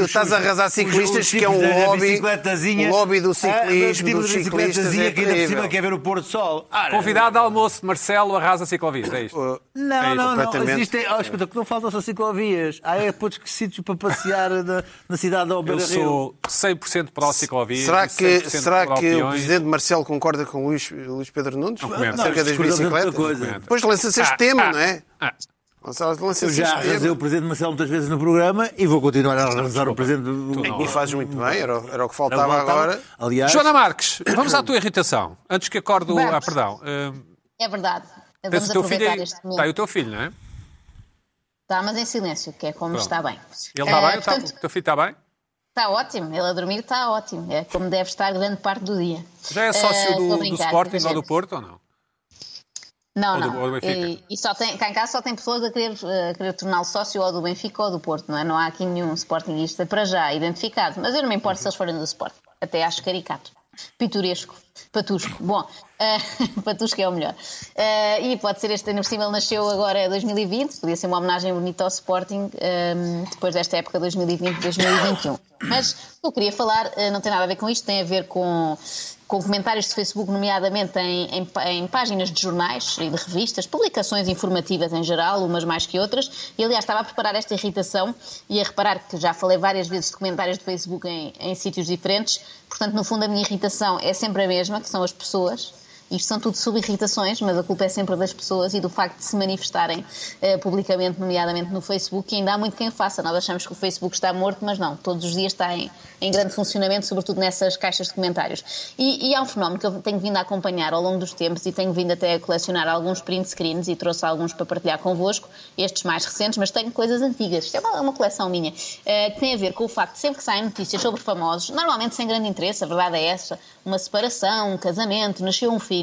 B: tu estás a arrasar
C: os-
B: ciclistas,
C: os
B: que é um
C: tipos da- da
B: lobby-
C: bicicletazinha.
B: o lobby do
C: Ah,
B: ciclismo,
C: tipo
B: dos
C: da
B: ciclistas,
C: bicicletazinha
B: é
C: que ainda por
B: terrível.
C: cima quer ver o pôr do sol. Ah,
A: Convidado a almoço de Marcelo Arrasa Ciclovias, é isto?
C: não,
A: É isso,
C: não, não.
B: completamente.
C: Existem, oh, escuta, o que não faltam são ciclovias. Há é putos que sítios para passear na, na cidade ao
A: Eu
C: Beira Rio.
A: sou 100% para o ciclovia.
B: Será que,
A: 100%
B: será
A: pró
B: que o
A: peões.
B: presidente Marcelo concorda com o Luís, Luís Pedro Nunes
A: comenta.
B: acerca
C: Não,
B: das
C: discordamos de outra
B: bicicletas?
C: coisa.
B: Não comenta. Depois lança-se este tema, não é?
A: ah.
B: Lança-se
C: Eu
B: este
C: já arrasei
B: tema.
C: o presidente Marcelo muitas vezes no programa e vou continuar a arrasar o presidente do
A: não.
B: E fazes muito bem, era, o- era o que
C: Ele
B: faltava
C: voltava.
B: agora.
C: Aliás,
A: Joana Marques, vamos à tua irritação. Antes que acorde o.
D: Vamos.
A: Ah, perdão. Uh,
D: É verdade.
A: tens
D: Vamos
A: o teu filho
D: aproveitar
A: aí.
D: este
A: Está aí
D: momento.
A: o teu filho, não é?
D: Está, mas em silêncio, que é como
A: Pronto.
D: está bem.
A: Ele está tá
D: Eh,
A: bem? Está-
D: portanto,
A: O teu filho está bem?
D: Está ótimo, ele a dormir está ótimo. É como deve estar grande parte do dia.
A: Já é sócio
D: Eh,
A: do,
D: estou a
A: do
D: brincar,
A: Sporting
D: gente.
A: ou do Porto ou não?
D: Não,
A: Ou do-
D: não.
A: ou do Benfica.
D: E, e só tem, cá em casa só tem pessoas a querer, a querer torná-lo sócio ou do Benfica ou do Porto, não é? Não há aqui nenhum Sportingista para já identificado, mas eu não me importo se eles forem do Sporting. Até acho caricato. Pitoresco. Patusco. Bom, eh, Patusco é o melhor. Eh, e pode ser este aniversário, ele nasceu agora em 2020, podia ser uma homenagem bonita ao Sporting ehm, depois desta época 2020-2021. Mas o que eu queria falar eh, não tem nada a ver com isto, tem a ver com com comentários de Facebook, nomeadamente em, em pá- em páginas de jornais e de revistas, publicações informativas em geral, umas mais que outras. E aliás, estava a preparar esta irritação e a reparar que já falei várias vezes de comentários de Facebook em, em sítios diferentes. Portanto, no fundo, a minha irritação é sempre a mesma, que são as pessoas Isto são tudo subirritações, mas a culpa é sempre das pessoas e do facto de se manifestarem eh, publicamente, nomeadamente no Facebook, e ainda há muito quem faça. Nós achamos que o Facebook está morto, mas não. Todos os dias está em, em grande funcionamento, sobretudo nessas caixas de comentários. E, e há um fenómeno que eu tenho vindo a acompanhar ao longo dos tempos e tenho vindo até a colecionar alguns print screens e trouxe alguns para partilhar convosco, estes mais recentes, mas tenho coisas antigas. Isto é uma, uma coleção minha, eh, que tem a ver com o facto de sempre que saem notícias sobre famosos, normalmente sem grande interesse, a verdade é essa, uma separação, um casamento, nasceu um filho.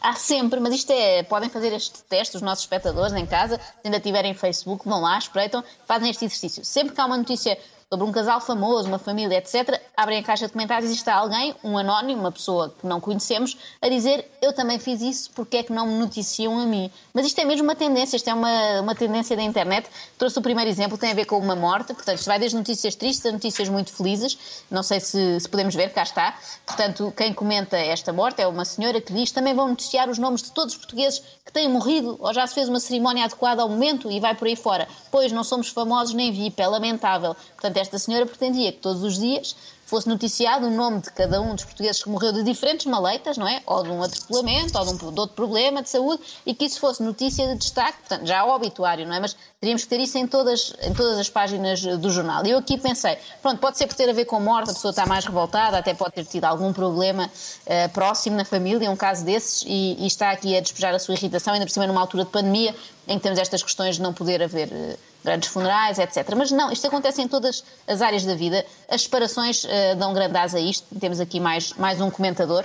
D: Há sempre, mas isto é. Podem fazer este teste, os nossos espectadores em casa, se ainda tiverem Facebook, vão lá, espreitam, fazem este exercício. Sempre que há uma notícia sobre um casal famoso, uma família, etc., abrem a caixa de comentários e está alguém, um anónimo, uma pessoa que não conhecemos, a dizer eu também fiz isso, porque é que não me noticiam a mim? Mas isto é mesmo uma tendência, isto é uma, uma tendência da internet. Trouxe o primeiro exemplo, tem a ver com uma morte, portanto, isto vai desde notícias tristes a notícias muito felizes, não sei se, se podemos ver, cá está. Portanto, quem comenta esta morte é uma senhora que diz também vão noticiar os nomes de todos os portugueses que têm morrido ou já se fez uma cerimónia adequada ao momento e vai por aí fora. Pois não somos famosos nem VIP, é lamentável. Portanto, esta senhora pretendia que todos os dias fosse noticiado o nome de cada um dos portugueses que morreu de diferentes maleitas, não é? Ou de um atropelamento, ou de, um, de outro problema de saúde, e que isso fosse notícia de destaque, portanto, já ao obituário, não é? Mas teríamos que ter isso em todas, em todas as páginas do jornal. E eu aqui pensei, pronto, pode ser por ter a ver com morte, a pessoa está mais revoltada, até pode ter tido algum problema eh, próximo na família, um caso desses, e, e está aqui a despejar a sua irritação, ainda por cima numa altura de pandemia, em que temos estas questões de não poder haver eh, grandes funerais, etc. Mas não, isto acontece em todas as áreas da vida. As separações eh, dão grande asa a isto. Temos aqui mais, mais um comentador.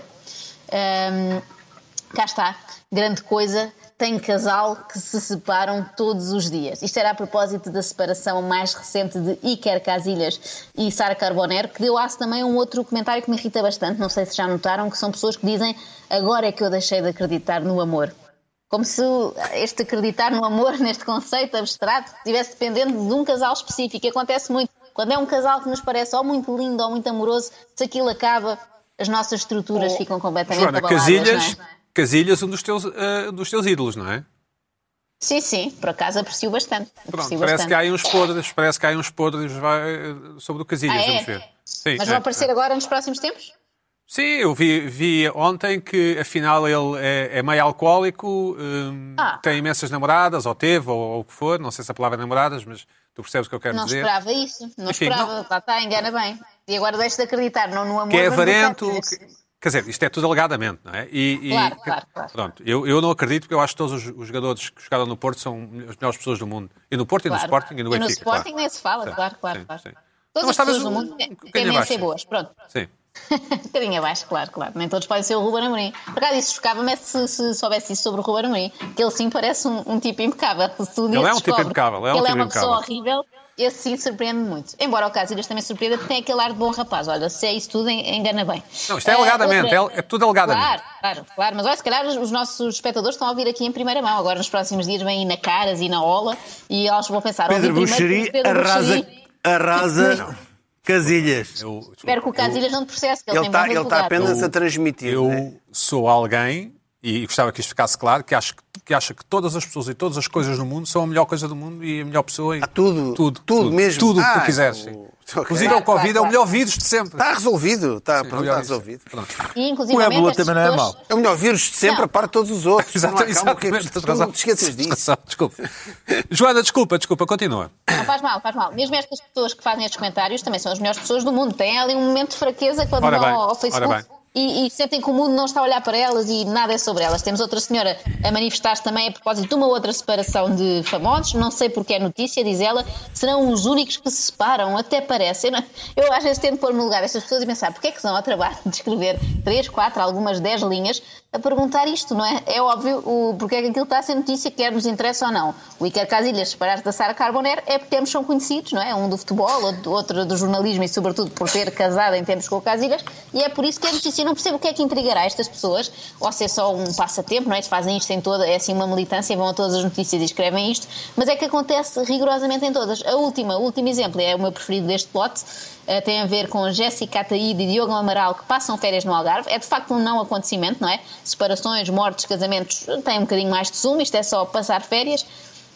D: Ehm, Ahm, cá está, grande coisa. Tem casal que se separam todos os dias. Isto era a propósito da separação mais recente de Iker Casilhas e Sara Carbonero, que deu aço também a um outro comentário que me irrita bastante. Não sei se já notaram, que são pessoas que dizem agora é que eu deixei de acreditar no amor. Como se este acreditar no amor, neste conceito abstrato, estivesse dependendo de um casal específico. E Acontece muito. Quando é um casal que nos parece ou muito lindo ou muito amoroso, se aquilo acaba, as nossas estruturas ficam completamente
A: Joana,
D: abaladas.
A: Casilhas,
D: não é?
A: Casilhas, um dos teus, eh, dos teus ídolos, não é?
D: Sim, sim, por acaso aprecio bastante.
A: Pronto,
D: aprecio
A: parece
D: bastante.
A: que há aí uns podres, parece que há aí uns podres vai, eh, sobre o Casilhas,
D: Ah, é?
A: vamos ver. Sim,
D: Mas
A: é.
D: vão aparecer agora nos próximos tempos?
A: Sim, eu vi, vi ontem que afinal ele é, é meio alcoólico, hum,
D: Ah.
A: tem imensas namoradas, ou teve, ou, ou o que for, não sei se a palavra é namoradas, mas tu percebes o que eu quero
D: Não
A: dizer.
D: esperava isso, não
A: Enfim,
D: esperava.
A: não-
D: Lá está, engana bem. E agora deixo de acreditar, não no amor.
A: que é
D: mas no
A: avarento.
D: Casilhas.
A: que- Quer dizer, isto é tudo alegadamente, não é? E, e-
D: Claro, claro, claro.
A: Pronto, eu, eu não acredito, porque eu acho que todos os, os jogadores que jogaram no Porto são as melhores pessoas do mundo. E no Porto, e no
D: Claro.
A: Sporting, e no Benfica. claro.
D: Sporting nem se fala,
A: Sim,
D: claro, claro.
A: sim,
D: claro.
A: sim.
D: Todas
A: Mas
D: as pessoas
A: talvez
D: do
A: um-
D: mundo
A: um
D: te-
A: bocadinho
D: tendem a
A: abaixo,
D: ser
A: sim.
D: boas, pronto.
A: Sim.
D: Um bocadinho abaixo, claro, claro. Nem todos podem ser o Ruben Amorim. Por acaso, isso chocava-me é se, se soubesse isso sobre o Ruben Amorim, que ele sim parece um, um tipo impecável. Se um dia
A: Ele é um
D: se
A: tipo
D: descobre
A: impecável, ele é
D: que
A: um
D: Ele é
A: tipo
D: uma pessoa
A: impecável.
D: horrível. Esse sim surpreende muito. Embora o Casilhas também surpreenda, porque tem aquele ar de bom rapaz. Olha, se é isso tudo, en- engana bem.
A: Não, isto é
D: Ah,
A: alegadamente,
D: outra-
A: é, é tudo alegadamente.
D: Claro, claro, claro. Mas olha, se calhar os, os nossos espectadores estão a ouvir aqui em primeira mão. Agora, nos próximos dias, vêm aí na Caras e na Ola e elas vão pensar...
C: Pedro
D: "Ouvi primeiro
C: Buxeri
D: que Pedro
C: arrasa,
D: Buxeri."
C: arrasa Casilhas.
A: Eu,
D: Espero que o Casilhas não te processe, que ele,
B: Ele
C: tá-
D: tem bom
B: está
D: advogado.
B: apenas a transmitir. né?
A: eu sou alguém, e gostava que isto ficasse claro, que acho que, que acha que todas as pessoas e todas as coisas no mundo são a melhor coisa do mundo e a melhor pessoa. E
B: Ah, tudo?
A: Tudo.
B: Tudo mesmo?
A: Tudo o que
B: Ah,
A: tu quiseres. sim.
B: o- ok.
A: Inclusive, o Covid é o melhor vírus de sempre.
B: Está Tá resolvido. Está,
A: Sim,
B: pronto,
A: melhor
B: está
A: vírus.
B: resolvido.
A: Pronto.
D: E,
C: O
D: inclusive,
C: ébola também não é mau.
B: É o melhor vírus de sempre,
D: Não.
B: a parte de todos os outros.
A: Exato,
B: Vamos lá, calma, que é-
A: exatamente, tens
B: tu não
A: razão.
B: te
A: Tens
B: esqueças disso.
A: razão, desculpa. Joana, desculpa, desculpa, continua.
D: Não faz mal, faz mal. Mesmo estas pessoas que fazem estes comentários também são as melhores pessoas do mundo. Têm ali um momento de fraqueza quando
A: Ora
D: vão
A: bem,
D: ao
A: ora
D: Facebook.
A: bem.
D: E, e sentem que o mundo não está a olhar para elas e nada é sobre elas. Temos outra senhora a manifestar-se também a propósito de uma outra separação de famosos. Não sei porque é notícia, diz ela. Serão os únicos que se separam, até parece. Eu, não- eu às vezes tento pôr-me no lugar destas pessoas e pensar porque é que são ao trabalho de escrever três, quatro, algumas dez linhas a perguntar isto, não é? É óbvio o, porque é que aquilo está a ser notícia, quer nos interessa ou não. O Iker Casilhas separar-se da Sara Carbonero é porque ambos são conhecidos, não é? Um do futebol, outro, outro do jornalismo e, sobretudo, por ter casado em tempos com o Casilhas. E é por isso que é notícia. Eu não percebo o que é que intrigará estas pessoas, ou se é só um passatempo, não é? Se fazem isto em toda, é assim uma militância, vão a todas as notícias e escrevem isto, mas é que acontece rigorosamente em todas. A última, o último exemplo, é o meu preferido deste plot, eh, tem a ver com Jéssica Ataíde e Diogo Amaral que passam férias no Algarve. É de facto um não acontecimento, não é? Separações, mortes, casamentos, tem um bocadinho mais de sumo, isto é só passar férias.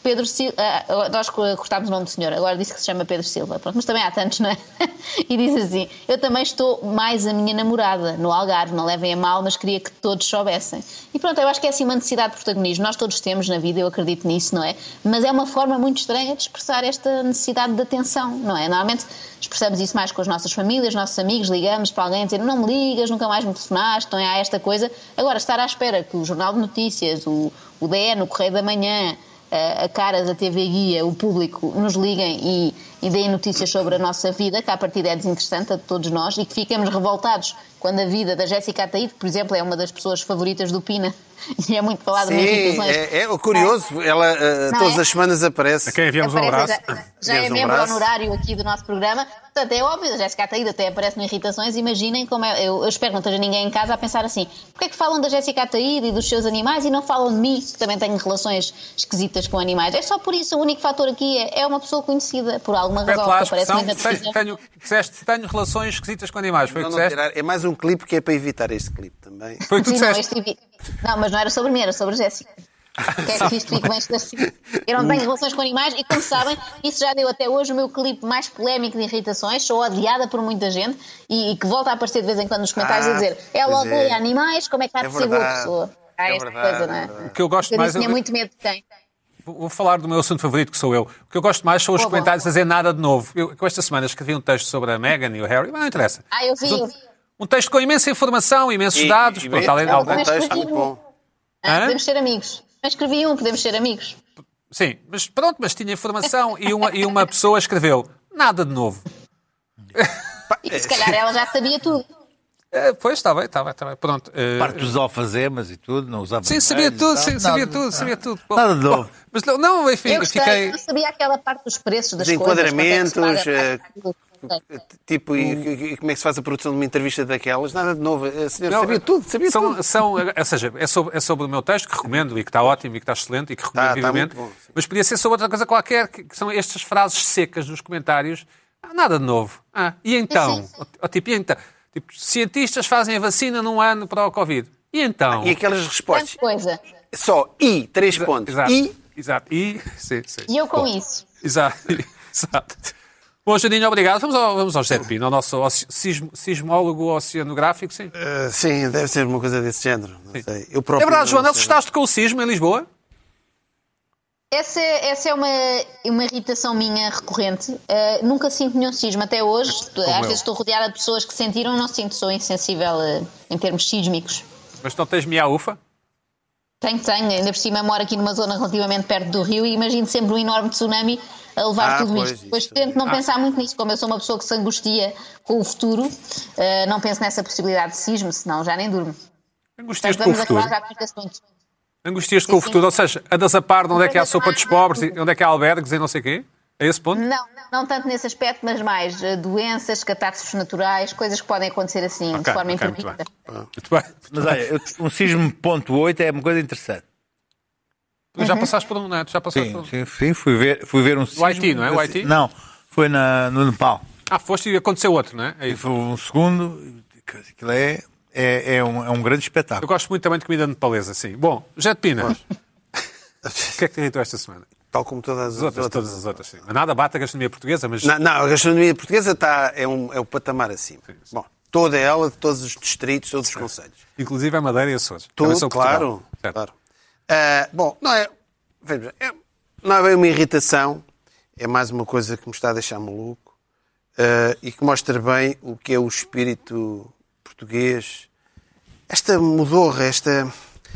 D: Pedro Silva. ah, nós cortámos o nome do senhor, agora disse que se chama Pedro Silva. Pronto, mas também há tantos, não é? E diz assim: Eu também estou mais a minha namorada no Algarve, não levem a mal, mas queria que todos soubessem. E pronto, eu acho que é assim uma necessidade de protagonismo. Nós todos temos na vida, eu acredito nisso, não é? Mas é uma forma muito estranha de expressar esta necessidade de atenção, não é? Normalmente expressamos isso mais com as nossas famílias, nossos amigos, ligamos para alguém dizer não me ligas, nunca mais me telefonaste, então há esta coisa. Agora, estar à espera que o Jornal de Notícias, o, o DN, o Correio da Manhã, a, a Caras, a TV Guia, o público nos liguem e, e deem notícias sobre a nossa vida, que à partida é desinteressante a todos nós e que fiquemos revoltados quando a vida da Jéssica Ataíde, por exemplo, é uma das pessoas favoritas do Pina e é muito falada nas
B: Sim,
D: situações.
B: é, é curioso. Ela ah,
D: Não
B: todas
D: é?
B: as semanas aparece.
F: A quem enviamos um
D: Aparece,
F: abraço.
D: Já, já é
B: Enviamos um
D: membro
B: abraço.
D: honorário aqui do nosso programa. Portanto, é óbvio, a Jéssica Ataíde até aparece no Irritações. Imaginem como é. Eu, eu espero que não esteja ninguém em casa a pensar assim: porquê é que falam da Jéssica Ataíde e dos seus animais e não falam de mim, que também tenho relações esquisitas com animais? É só por isso. O único fator aqui é, é uma pessoa conhecida, por alguma
A: Repete
D: razão,
A: lá a
D: que aparece
A: expressão.
D: na televisão.
A: Tenho, tenho, disseste, tenho relações esquisitas com animais. Foi o
B: Não,
A: que
B: não
A: disseste?
B: tirar. É mais um clipe que é para evitar este clipe também.
A: Foi o que tu
D: Sim, não,
A: disseste.
D: este vi- não, mas não era sobre mim, era sobre a Jéssica. Quero que isto fique bem esclarecido. Eu não tenho relações com animais e, como sabem, isso já deu até hoje o meu clipe mais polémico de irritações. Sou odiada por muita gente e, e que volta a aparecer de vez em quando nos comentários
B: Ah,
D: a dizer é
B: pois
D: logo
B: é.
D: é. animais, como é que está
B: É
D: de ser boa
B: verdade.
D: pessoa? Há
B: É
D: esta
B: verdade,
D: coisa, não é?
B: é verdade.
A: O que eu gosto
D: Eu
A: mais.
D: disse, tinha
A: eu-
D: muito medo de quem.
A: Vou falar do meu assunto favorito, que sou eu. O que eu gosto mais são os
D: Boa,
A: comentários a dizer nada de novo. Eu, com esta semana, escrevi um texto sobre a Meghan e o Harry, mas não interessa.
D: Ah, eu vi,
A: Mas um,
D: eu vi.
A: um texto com imensa informação, imensos dados.
B: e-
A: pronto, além de
B: é um
A: algum-
D: Mas
B: contexto
D: depois
B: muito bom.
D: Ah,
A: Hã?
D: podemos ser amigos. Mas escrevi um, podemos ser amigos.
A: Sim, mas pronto, mas tinha informação e uma, e uma pessoa escreveu nada de novo.
D: E se calhar ela já sabia tudo.
A: Eh, pois, está bem, está bem, está bem. Pronto. eh,
C: Parte dos alfazemas e tudo, não usava.
A: sim, sabia
C: vermelhos,
A: tudo,
C: não,
A: sim,
C: nada.
A: sabia tudo, sabia tudo. Bom,
C: Nada de
A: bom,
C: novo.
A: Mas não- não, enfim,
D: Eu gostei,
A: fiquei.
D: eu sabia aquela parte dos preços das
B: Os
D: coisas. quanto é que se
B: enquadramentos,
D: paga para-
B: Tipo, e,
A: Hum.
B: e- e como é que se faz a produção de uma entrevista daquelas? Nada de novo. A senhora
A: Não, eh,
B: sabia tudo, sabia
A: são,
B: tudo.
A: São, ou seja, é sobre, é sobre o meu texto, que recomendo e que está ótimo e que está excelente e que recomendo
B: Está- está
A: vivamente.
B: Tá, muito bom, sim.
A: mas podia ser sobre outra coisa qualquer, que, que são estas frases secas nos comentários. Ah, nada de novo. Ah, e então?
D: Sim, sim.
A: Ou- ou tipo, e então? Tipo, cientistas fazem a vacina num ano para o Covid. E então?
B: Ah, E aquelas
D: Tanta
B: respostas.
D: coisa.
B: Só I, três pontos.
A: Exato.
B: I.
A: Exato. E, sim, sim.
D: E eu com
A: Bom.
D: isso.
A: Exato. Exato. Bom, Janinho, obrigado. Vamos ao, vamos ao José de Pino, ao nosso oce- sismo- sismólogo oceanográfico. Sim.
B: Ah, sim, deve ser uma coisa desse género. Não sei. Eu
A: É
B: próprio. não
A: verdade, Joana,
B: sei.
A: assustaste com o sismo em Lisboa?
D: Essa, essa é uma, uma irritação minha recorrente. Uh, nunca sinto nenhum sismo até hoje. Às
A: eu.
D: vezes estou rodeada de pessoas que sentiram, não sinto, sou insensível uh, em termos sísmicos.
A: Mas não tens miaufa?
D: Tenho, tenho, ainda por cima moro aqui numa zona relativamente perto do rio e imagino sempre um enorme tsunami a levar
B: Ah,
D: tudo
B: pois,
D: isto. Depois
B: isso
D: tento
A: Ah.
D: não pensar muito nisso, como eu sou uma pessoa que se angustia com o futuro, uh, não penso nessa possibilidade de sismo, senão já nem durmo.
A: Angustias
D: Portanto,
A: com o
D: vamos
A: futuro.
D: acabar já com este assunto.
A: Angustias com o
D: Sim, sim.
A: futuro, ou seja, andas a par de onde é que há
D: Andas a
A: sopa
D: par
A: dos
D: de
A: pobres, e
D: tudo.
A: onde é que há albergues e não sei o quê? É esse ponto?
D: Não, não tanto nesse aspecto, mas mais eh, doenças, catástrofes naturais, coisas que podem acontecer assim, de
A: Ok,
D: forma
A: ok, muito
D: imprevista.
A: Muito bem.
C: Mas olha, eu- um sismo ponto 8 é uma coisa interessante. Tá
A: Tu
D: Uhum.
A: já passaste por um, não é? Tu já passaste por
C: Sim,
A: um.
C: sim, sim, fui ver, fui ver um sismo.
A: Haiti, não é? O Haiti?
C: Não, foi na, no Nepal.
A: Ah, foste e aconteceu outro, não é? É
C: E
A: isso.
C: foi um segundo, que aquilo é, é, é, um, é um grande
A: Eu
C: espetáculo.
A: gosto muito também de comida nepalesa, sim. Bom, Jet Pina, o que é que te irritou esta semana?
B: Tal como todas
A: As outras, todas as outras, sim. Nada bate a gastronomia portuguesa, mas...
B: Não, não, a gastronomia portuguesa está, é, um, é o patamar acima. Bom, toda ela, de todos os distritos, todos os conselhos.
A: Inclusive a Madeira e Açores. Também
B: Tudo,
A: são
B: claro.
A: Portugal. Certo.
B: claro. Ah, bom, não é, veja, é- não é bem uma irritação, é mais uma coisa que me está a deixar maluco ah, e que mostra bem o que é o espírito português. Esta mudorra, esta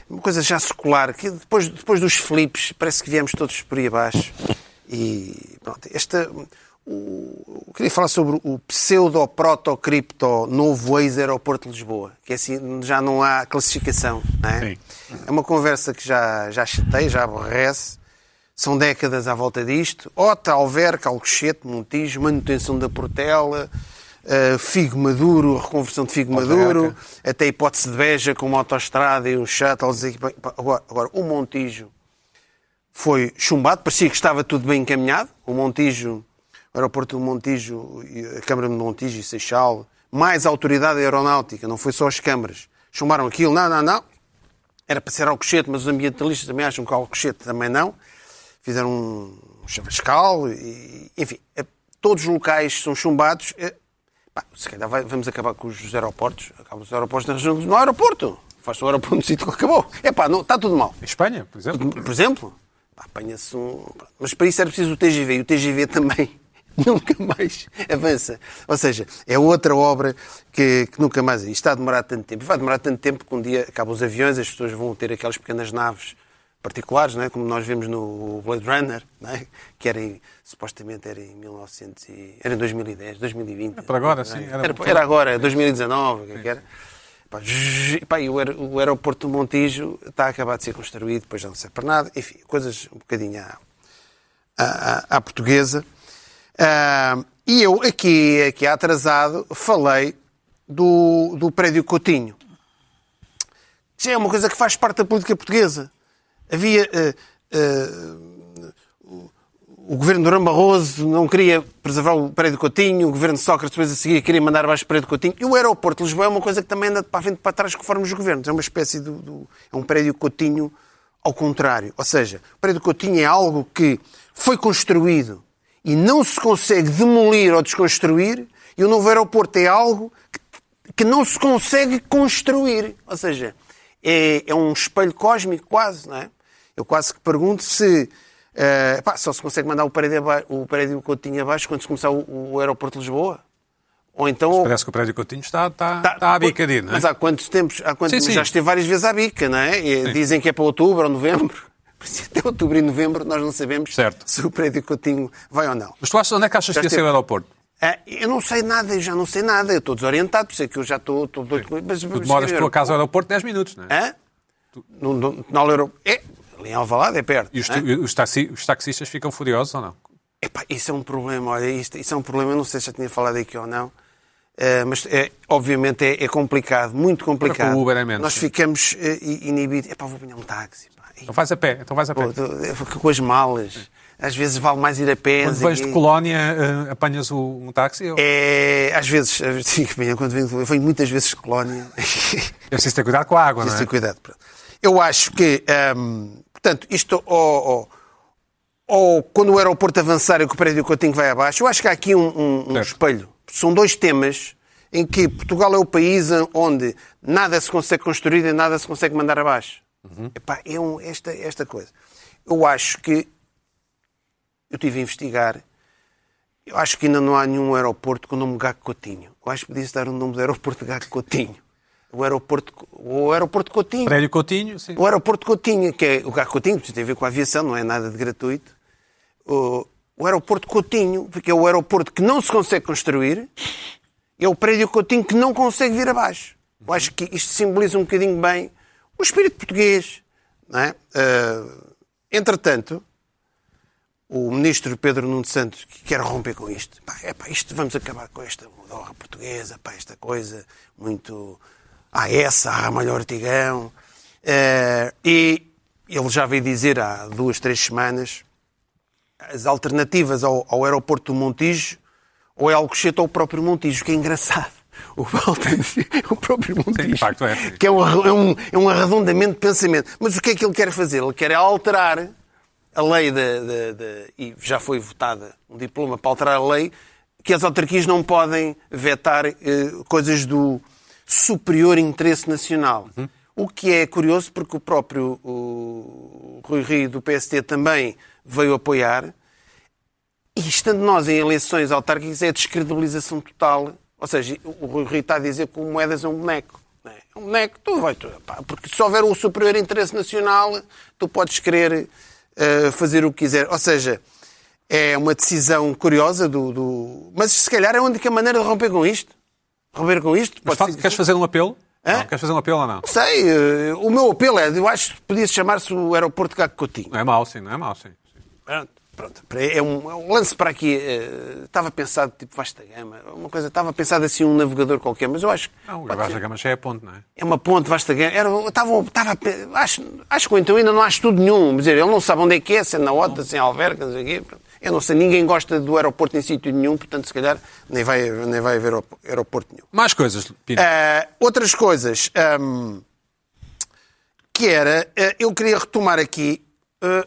B: uma coisa já secular, que depois, depois dos flips parece que viemos todos por aí abaixo. E pronto, esta. o- eu queria falar sobre o pseudo-proto-cripto novo ex-aeroporto de Lisboa, que é assim já não há classificação, não é?
A: Sim.
B: É uma conversa que já, já chatei, já aborrece. São décadas à volta disto. Ota, Alverca, Alcochete, Montijo, manutenção da Portela, eh, Figo Maduro, reconversão de Figo Maduro, até a hipótese de Beja com uma autoestrada e uns shuttles. e- Agora, agora, o Montijo foi chumbado, parecia que estava tudo bem encaminhado. O Montijo, o aeroporto do Montijo, e a Câmara de Montijo e Seixal, mais a autoridade aeronáutica, não foi só as câmaras. Chumbaram aquilo, não, não, não. Era para ser Alcochete, mas os ambientalistas também acham que Alcochete também não. fizeram um chavascal, e, enfim, eh, todos os locais são chumbados. eh, pá, se calhar vai- vamos acabar com os aeroportos, acabam os aeroportos na região, no aeroporto, faz-se o aeroporto no sítio que acabou. É pá, não, está tudo mal.
A: Em Espanha, por exemplo.
B: Por exemplo, pá, apanha-se um. Mas para isso era preciso o TGV e o TGV também nunca mais avança. Ou seja, é outra obra que, que nunca mais. E está a demorar tanto tempo. E vai demorar tanto tempo que um dia acabam os aviões, as pessoas vão ter aquelas pequenas naves particulares, não é? como nós vemos no Blade Runner, não é? que era em- supostamente era em 1900 e- era em 2010, 2020.
A: para agora, sim, era-
B: Era, era agora, 2019, o que é que era? Pá, zzz, pá, e o, aer- o aeroporto do Montijo está a acabar de ser construído, depois já não serve para nada. Enfim, coisas um bocadinho à, à, à- à portuguesa. Ah, e eu, aqui, aqui atrasado, falei do, do prédio Coutinho. Já é uma coisa que faz parte da política portuguesa. Havia... eh, eh, o governo de Durão Barroso não queria preservar o prédio Coutinho, o governo de Sócrates depois a seguir queria mandar abaixo o prédio Coutinho. E o aeroporto de Lisboa é uma coisa que também anda de para a frente e para trás conforme os governos. É uma espécie do, do- é um prédio Coutinho ao contrário. Ou seja, o prédio Coutinho é algo que foi construído e não se consegue demolir ou desconstruir, e o novo aeroporto é algo que, que não se consegue construir. Ou seja, é, é um espelho cósmico quase, não é? Eu quase que pergunto se eh, pá, só se consegue mandar o prédio, aba- o prédio Coutinho abaixo quando se começar o, o aeroporto de Lisboa. Ou então...
A: Parece que o prédio Coutinho está, está,
B: Tá,
A: está a bicadir, não é?
B: Mas há quantos tempos? Há quantos,
A: Sim, sim.
B: Já esteve várias vezes à bica, não é? E dizem que é para outubro ou novembro. Por isso, Até outubro e novembro nós não sabemos
A: Certo.
B: se o prédio Coutinho vai ou não.
A: Mas tu achas, onde é que achas que ia ser
B: esteve.
A: o aeroporto?
B: Ah, eu não sei nada, eu já não sei nada, eu estou desorientado, por isso é que eu já estou estou doido com isso.
A: Tu demoras por acaso ao aeroporto 10 minutos, não é?
B: Hã? No, no, no Euro... É, ali em Alvalade é perto.
A: E os,
B: hã?
A: tu- e os taxi- os taxistas ficam furiosos ou não?
B: Epá, isso é um problema, olha, isto, isso é um problema, eu não sei se já tinha falado aqui ou não, eh, mas é, obviamente é, é complicado, muito complicado.
A: com o Uber é menos,
B: Nós
A: sim.
B: ficamos eh, i- inibidos. Epá, vou apanhar um táxi, pá. Ei,
A: Então vais a pé, então vais a pé.
B: pô, tô- eu fico com as malas, às vezes vale mais ir a pé. não
A: Quando
B: sei
A: vais
B: quê.
A: de Colónia, eh, apanhas o- um táxi? ou-
B: É, às vezes, às vezes- sim, apanha, quando venho, eu venho muitas vezes de colónia.
A: É preciso ter cuidado com a água, não
B: Preciso
A: é?
B: ter cuidado. pronto. Eu acho que, hum, portanto, isto, ou, quando o aeroporto avançar e que o prédio Coutinho vai abaixo, eu acho que há aqui um, um- um
A: Certo.
B: espelho. São dois temas em que Portugal é o país onde nada se consegue construir e nada se consegue mandar abaixo. Epá, é um- esta, esta coisa. Eu acho que, eu tive a investigar, eu acho que ainda não há nenhum aeroporto com o nome Gago Coutinho. Eu acho que podia-se dar o nome do aeroporto de Gago Coutinho. O aeroporto, o aeroporto Coutinho.
A: Prédio Coutinho, sim.
B: O aeroporto Coutinho, que é o Gago Coutinho, que tem a ver com a aviação, não é nada de gratuito. O, o aeroporto Coutinho, porque é o aeroporto que não se consegue construir, é o prédio Coutinho que não consegue vir abaixo. Eu acho que isto simboliza um bocadinho bem o espírito português. Não é? Ah, entretanto, o ministro Pedro Nuno Santos que quer romper com isto. Pá, é pá, isto vamos acabar com esta mudorra portuguesa, pá, esta coisa muito a essa, a Ramalho Ortigão. Eh, e ele já veio dizer há duas, três semanas as alternativas ao, ao aeroporto do Montijo ou é Alcochete ou o próprio Montijo, que é engraçado. O, Valdir- o próprio Montijo.
A: de facto é.
B: Que é um, arre- é um- é um arredondamento de pensamento. Mas o que é que ele quer fazer? Ele quer alterar a lei da. da- da- e já foi votada um diploma para alterar a lei, que as autarquias não podem vetar eh, coisas do superior interesse nacional.
A: Uhum.
B: O que é curioso, porque o próprio o Rui Rio do PST também veio apoiar. E estando nós em eleições autárquicas, é a descredibilização total. Ou seja, o Rui Rio está a dizer que o Moedas é um boneco. não é? É um boneco, tu vai, tu, pá, porque se houver um superior interesse nacional, tu podes querer eh, fazer o que quiser. Ou seja, é uma decisão curiosa do, do- Mas se calhar é a única maneira de romper com isto. Romper com isto
A: Mas
B: pode
A: fa-
B: ser-
A: queres fazer um apelo?
B: Hã?
A: Não, queres fazer um apelo ou não?
B: Não sei, eh, o meu apelo é, eu acho que podia chamar-se o aeroporto de Gago Coutinho.
A: Não é mau, sim, não é mau, sim.
B: Pronto, pronto. É um, é um lance para aqui. eh, Estava pensado tipo vasta gama. Uma coisa, estava pensado assim um navegador qualquer, mas eu acho que.
A: Não, o
B: pode
A: Gavaz da
B: ser.
A: Gama já é ponto, não é?
B: É uma ponte vasta gama. Era, estava, estava, a pe- acho, acho que então ainda não há estudo nenhum. Quer dizer, ele não sabe onde é que é, se é na OTA, se é em Alverca, não sei o quê. Pronto. Eu não sei, ninguém gosta do aeroporto em sítio nenhum, portanto, se calhar, nem vai, nem vai haver aeropo- aeroporto nenhum.
A: Mais coisas, Pino.
B: Ah, outras coisas ehm, ahm, eh, que era, ah, eu queria retomar aqui ah,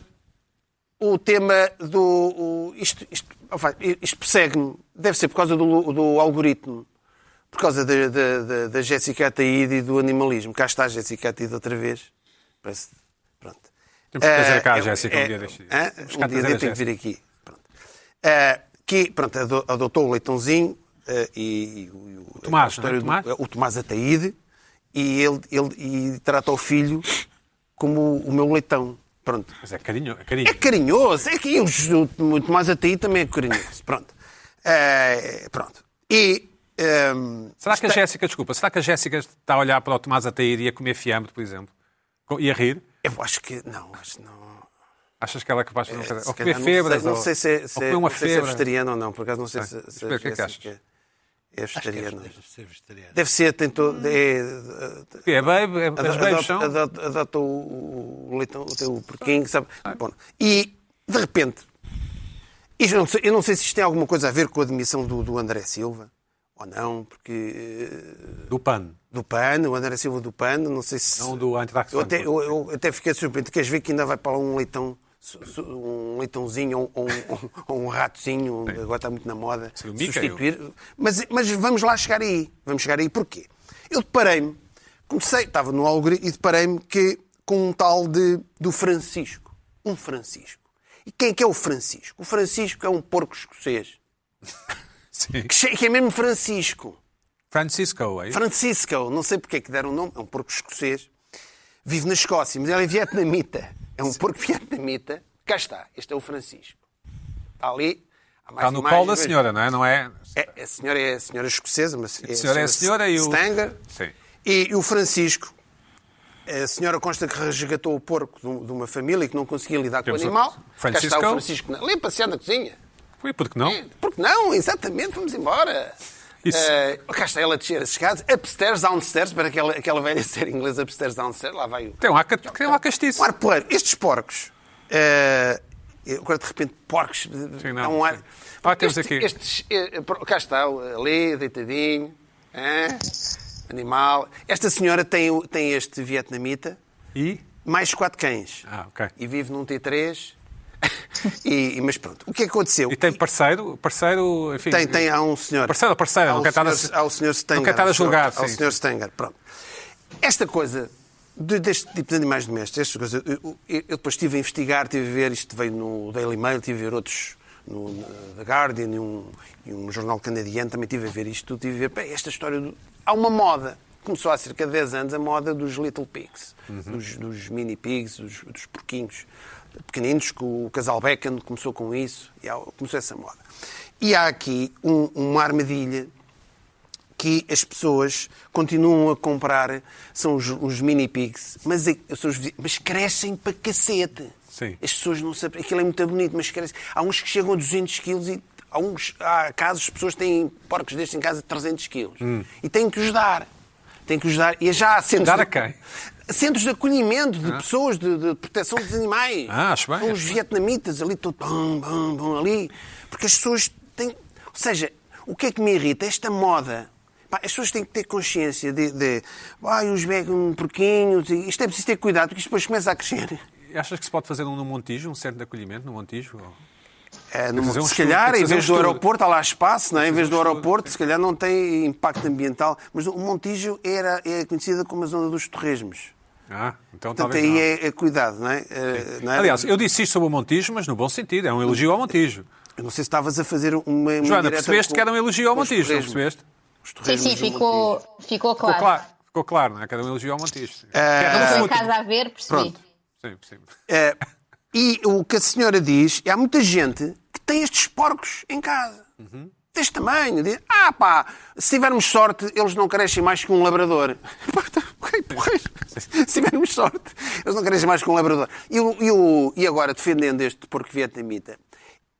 B: o tema do. o- isto isto, ofa, isto persegue-me. Deve ser por causa do, do algoritmo. Por causa da, da, da, da Jéssica Ataíde e do animalismo. Cá está a Jéssica Ataíde outra vez. Parece- Pronto.
A: Temos que trazer
B: Ah,
A: cá a
B: é-
A: Jéssica um
B: é-
A: dia deste.
B: Hã?
A: Temos
B: Um
A: cá trazer
B: dia
A: a
B: deste tem que
A: Jéssica.
B: vir aqui. Pronto. Ah, que, pronto, ado- adotou o leitãozinho ah, e, e o- e o
A: Tomás,
B: a história
A: não é? Tomás?
B: Do, o Tomás Ataíde e ele, ele e trata o filho como o meu leitão. Pronto.
A: Mas é carinho, é carinho.
B: É carinhoso. É que os- o, o Tomás Ataí também é carinhoso. Pronto. Eh, pronto. E. ehm,
A: Será que a Jéssica, desculpa, será que a Jéssica está a olhar para o Tomás Ataíde e a comer fiambre, por exemplo? Co- E a rir?
B: eu acho que. Não, acho que não.
A: Achas que ela é capaz de fazer uma coisa?
B: Se
A: Ou comer
B: calhar
A: febras?
B: Não
A: ou-
B: sei, não sei se, é-
A: ou
B: se, é-
A: comer uma
B: não sei se é
A: febra.
B: vegetariana ou não. Por acaso não sei se, se
A: Espera, o que é que
B: Jéssica
A: achas?
B: é vegetariana.
C: Ser vegetariano.
B: Deve ser, tem
A: Hum.
B: todo. É,
A: Que É babe, é, as babes
B: adota,
A: são.
B: adota, adota o, o leitão, o teu porquinho,
A: Ah.
B: sabe? Bom, e, de repente, isto eu não, sei, eu não sei se isto tem alguma coisa a ver com a admissão do, do André Silva, ou não, porque
A: Do PAN,
B: eh, do PAN, o André Silva do PAN, não sei se...
A: não do Antrax.
B: eu, até, eu, eu até fiquei surpreendido, queres ver que ainda vai para lá um leitão, su- su- um leitãozinho ou, ou um- ou um ratozinho, um- agora está muito na moda,
A: Sim, o Mica, é eu-
B: substituir. Mas, mas vamos lá chegar aí. Vamos chegar aí porquê? Eu deparei-me, comecei, estava no Algre e deparei-me que com um tal de, do Francisco. Um Francisco. E quem é que é o Francisco? O Francisco é um porco escocês.
A: Sim.
B: Que, che- que é mesmo Francisco.
A: Francisco, é? isso?
B: Francisco, não sei porque é que deram o nome, é um porco escocês, vive na Escócia, mas ele é vietnamita. É um porco vietnamita. Cá está, este é o Francisco. Está ali. Há mais
A: Está no
B: imagens,
A: colo da
B: mas-
A: senhora, não é? Não é?
B: É, a senhora é a senhora escocesa, mas
A: A senhora é a senhora e o-
B: Stanger.
A: Sim.
B: E o Francisco. A senhora consta que resgatou o porco de um- de uma família que não conseguia lidar
A: Temos o
B: com o animal. Cá está
A: Francisco.
B: o Francisco na- ali a passear na cozinha.
A: Foi, porque não?
B: Porque não, exatamente, vamos embora.
A: Isso.
B: Eh, cá está ela a descer as escadas, upstairs, downstairs, para aquela, aquela velha série inglesa, upstairs, downstairs, lá vai o.
A: Tem um ar, ca- tem um ar castiço.
B: Um ar poeiro. Estes porcos. eh, eu agora de repente, porcos.
A: Sim,
B: há
A: não.
B: um ar.
A: Ah, temos
B: Estes-
A: aqui.
B: Estes, eh, por- cá está, ali, deitadinho. hã? Animal. Esta senhora tem, o- tem este vietnamita,
A: E?
B: mais quatro cães.
A: Ah, ok.
B: E vive num T3. E- e- mas pronto, o que aconteceu?
A: E tem parceiro, parceiro, enfim.
B: Tem, tem, há um senhor.
A: Parceiro, parceiro,
B: Há
A: não
B: um
A: quer estar a-
B: senhor- Há o senhor Stenger.
A: não quer estar a
B: há o senhor-
A: julgar,
B: Há o
A: sim.
B: senhor Stenger, pronto. Esta coisa de- deste tipo de animais domésticos, estas coisas, eu, eu- eu depois estive a investigar, estive a ver, isto veio no Daily Mail, estive a ver outros, no na- The Guardian e um, e um jornal canadiano, também estive a ver isto tudo, estive a ver, pá, esta história, do- há uma moda, começou há cerca de 10 anos, a moda dos little pigs, dos, dos mini pigs, dos, dos porquinhos pequeninos, que o casal Beckham começou com isso, e há- começou essa moda. E há aqui um- uma armadilha que as pessoas continuam a comprar são os, os mini pigs, mas, é- são os vi- mas crescem para cacete.
A: Sim.
B: As pessoas não sabem. Aquilo é muito bonito, mas crescem. Há uns que chegam a 200 quilos e há, uns, há casos, as pessoas têm porcos destes em casa de 300 quilos. E têm que os dar. Têm que os dar. E já há centros.
A: Hum. Dar a
B: de-
A: quem?
B: Centros de acolhimento de pessoas, de, de proteção dos animais.
A: Ah, acho bem,
B: São os
A: acho bem.
B: vietnamitas ali, todo bum, bum, bum, ali, porque as pessoas têm. Ou seja, o que é que me irrita? Esta moda. Pá, as pessoas têm que ter consciência de. de Ai, os vegam porquinhos. e Isto é preciso ter cuidado, porque isto depois começa a crescer.
A: Achas que se pode fazer um no Montijo, um centro de acolhimento no Montijo? Ou-
B: É, no-
A: fazer um
B: se
A: estudo,
B: calhar,
A: tem que
B: em
A: fazer um
B: vez do
A: estudo.
B: aeroporto, há lá espaço, não é? em vez
A: um
B: do
A: estudo.
B: aeroporto, se calhar não tem impacto ambiental. Mas o Montijo era, é conhecida como a zona dos torresmos.
A: Ah, então
B: Portanto,
A: talvez não.
B: aí é, é cuidado, não é? Eh, não é?
A: Aliás, eu disse isto sobre o Montijo, mas no bom sentido. É um elogio ao Montijo.
B: Eu não sei se estavas a fazer uma. uma
A: Joana,
B: indireta
A: percebeste
B: com-
A: que era um elogio ao
B: com os
A: Montijo, não
B: torresmos.
A: percebeste?
B: Os
D: Sim,
B: torresmos
D: sim,
B: do
D: ficou,
B: Montijo.
D: ficou
A: Ficou
D: claro.
A: claro, Eh, ficou claro não é? Que era um elogio ao Montijo. sim.
B: Eh,
A: Terra do
D: Estou em
A: futuro.
D: casa a ver, percebi.
B: Pronto.
A: Sim, sim.
B: Eh, e o que a senhora diz, é há muita gente que tem estes porcos em casa.
A: Uhum.
B: Deste tamanho. Diz, ah pá, se tivermos sorte, eles não crescem mais que um labrador. Pá, tá, ok, porra. Se tivermos sorte, eles não crescem mais que um labrador. E, o- e o- e agora, defendendo este porco vietnamita,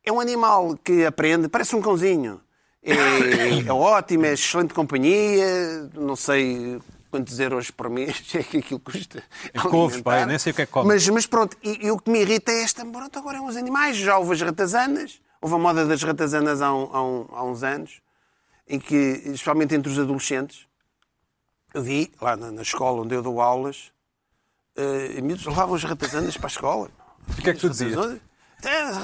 B: é um animal que aprende, parece um cãozinho. É, é ótimo, é excelente companhia, não sei quantos euros por mês é que aquilo custa.
A: couves, pá,
B: alimentar.
A: eu nem sei o que é que come.
B: Mas mas, mas pronto, e, e o que me irrita é esta. Pronto, agora é uns animais. Já houve as ratazanas. Houve a moda das ratazanas há, um- há um- há uns anos, em que, especialmente entre os adolescentes, eu vi lá na, na escola onde eu dou aulas, eh, miúdos levavam as ratazanas para a escola.
A: O que é que tu dizias?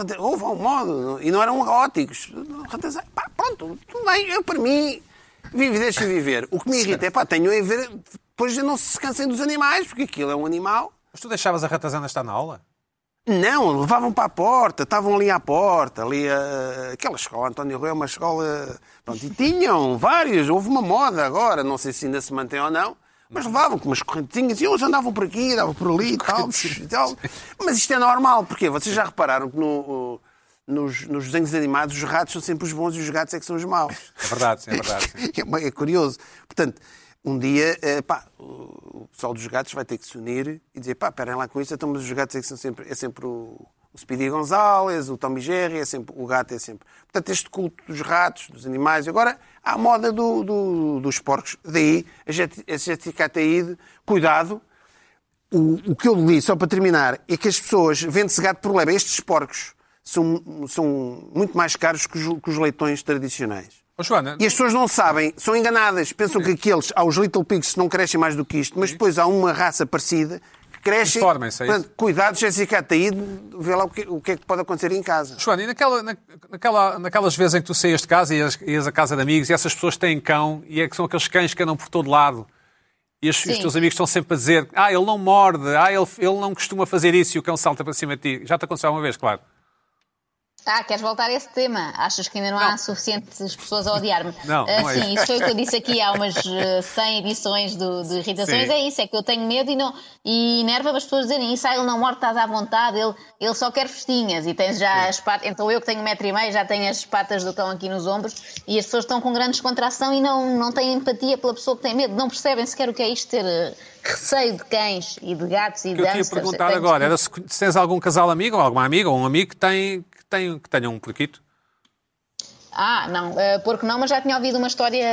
B: até Houve um modo, e não eram góticos. Pá, pronto, tudo bem, eu para mim, vive, deixa viver. O que me irrita é, pá, tenho a ver, depois não se cansem dos animais, porque aquilo é um animal.
A: Mas tu deixavas a ratazana estar na aula?
B: Não, levavam para a porta, estavam ali à porta, ali a... aquela escola, António Rui é uma escola. Pronto, e tinham vários, houve uma moda agora, não sei se ainda se mantém ou não, mas levavam com umas correntinhas e uns andavam por aqui, andavam por ali e tal, e tal. Mas isto é normal, porque vocês já repararam que no- nos, nos desenhos animados os ratos são sempre os bons e os gatos é que são os maus.
A: É verdade, sim, é verdade. sim.
B: É uma- é curioso. Portanto, um dia, eh, pá, o o pessoal dos gatos vai ter que se unir e dizer, pá, esperem lá com isso, então, mas os gatos é que são sempre, é sempre o, o Speedy Gonzales, o Tommy Jerry, é sempre, o gato é sempre. Portanto, este culto dos ratos, dos animais, agora há a moda do- do- dos porcos. Daí, a gente- a Jeticateide, cuidado, o, o que eu li, só para terminar, é que as pessoas vende-se gato por leva. Estes porcos são, são muito mais caros que os- que os leitões tradicionais.
A: Ô, Joana,
B: E as pessoas não sabem, são enganadas, pensam que aqueles, há os Little Pigs, não crescem mais do que isto, mas depois há uma raça parecida que cresce.
A: Informem-se, é
B: Portanto, Cuidado, Jéssica Ataíde, vê lá o que, o que é que pode acontecer em casa.
A: Joana, e naquela, na- naquela- naquelas vezes em que tu saías de casa e ias, ias à casa de amigos e essas pessoas têm cão e é que são aqueles cães que andam por todo lado e os, os
D: Sim.
A: teus amigos estão sempre a dizer ah, ele não morde, ah, ele, ele não costuma fazer isso e o cão salta para cima de ti. Já te aconteceu uma vez, claro.
D: Ah, queres voltar a esse tema? Achas que ainda não, há suficientes pessoas a odiar-me?
A: Não,
D: Ah,
A: não é
D: sim,
A: isso.
D: isso foi o que eu disse aqui há umas eh, 100 edições do, de irritações.
A: Sim.
D: É isso, é que eu tenho medo e, não, e enerva-me as pessoas dizerem isso. Ah, ele não morde, estás à vontade, ele, ele só quer festinhas. E tens já as patas. Então eu que tenho um metro e meio já tenho as patas do cão aqui nos ombros e as pessoas estão com grande descontração e não, não têm empatia pela pessoa que tem medo. Não percebem sequer o que é isto ter eh, receio de cães e de gatos e
A: O
D: de
A: que eu tinha
D: hamsters.
A: perguntado
D: Tenho-
A: agora era se, conhe- se tens algum casal amigo ou alguma amiga ou um amigo que, tem, que, tem, que tenha um porquito.
D: Ah, não, eh, porque não, mas já tinha ouvido uma história,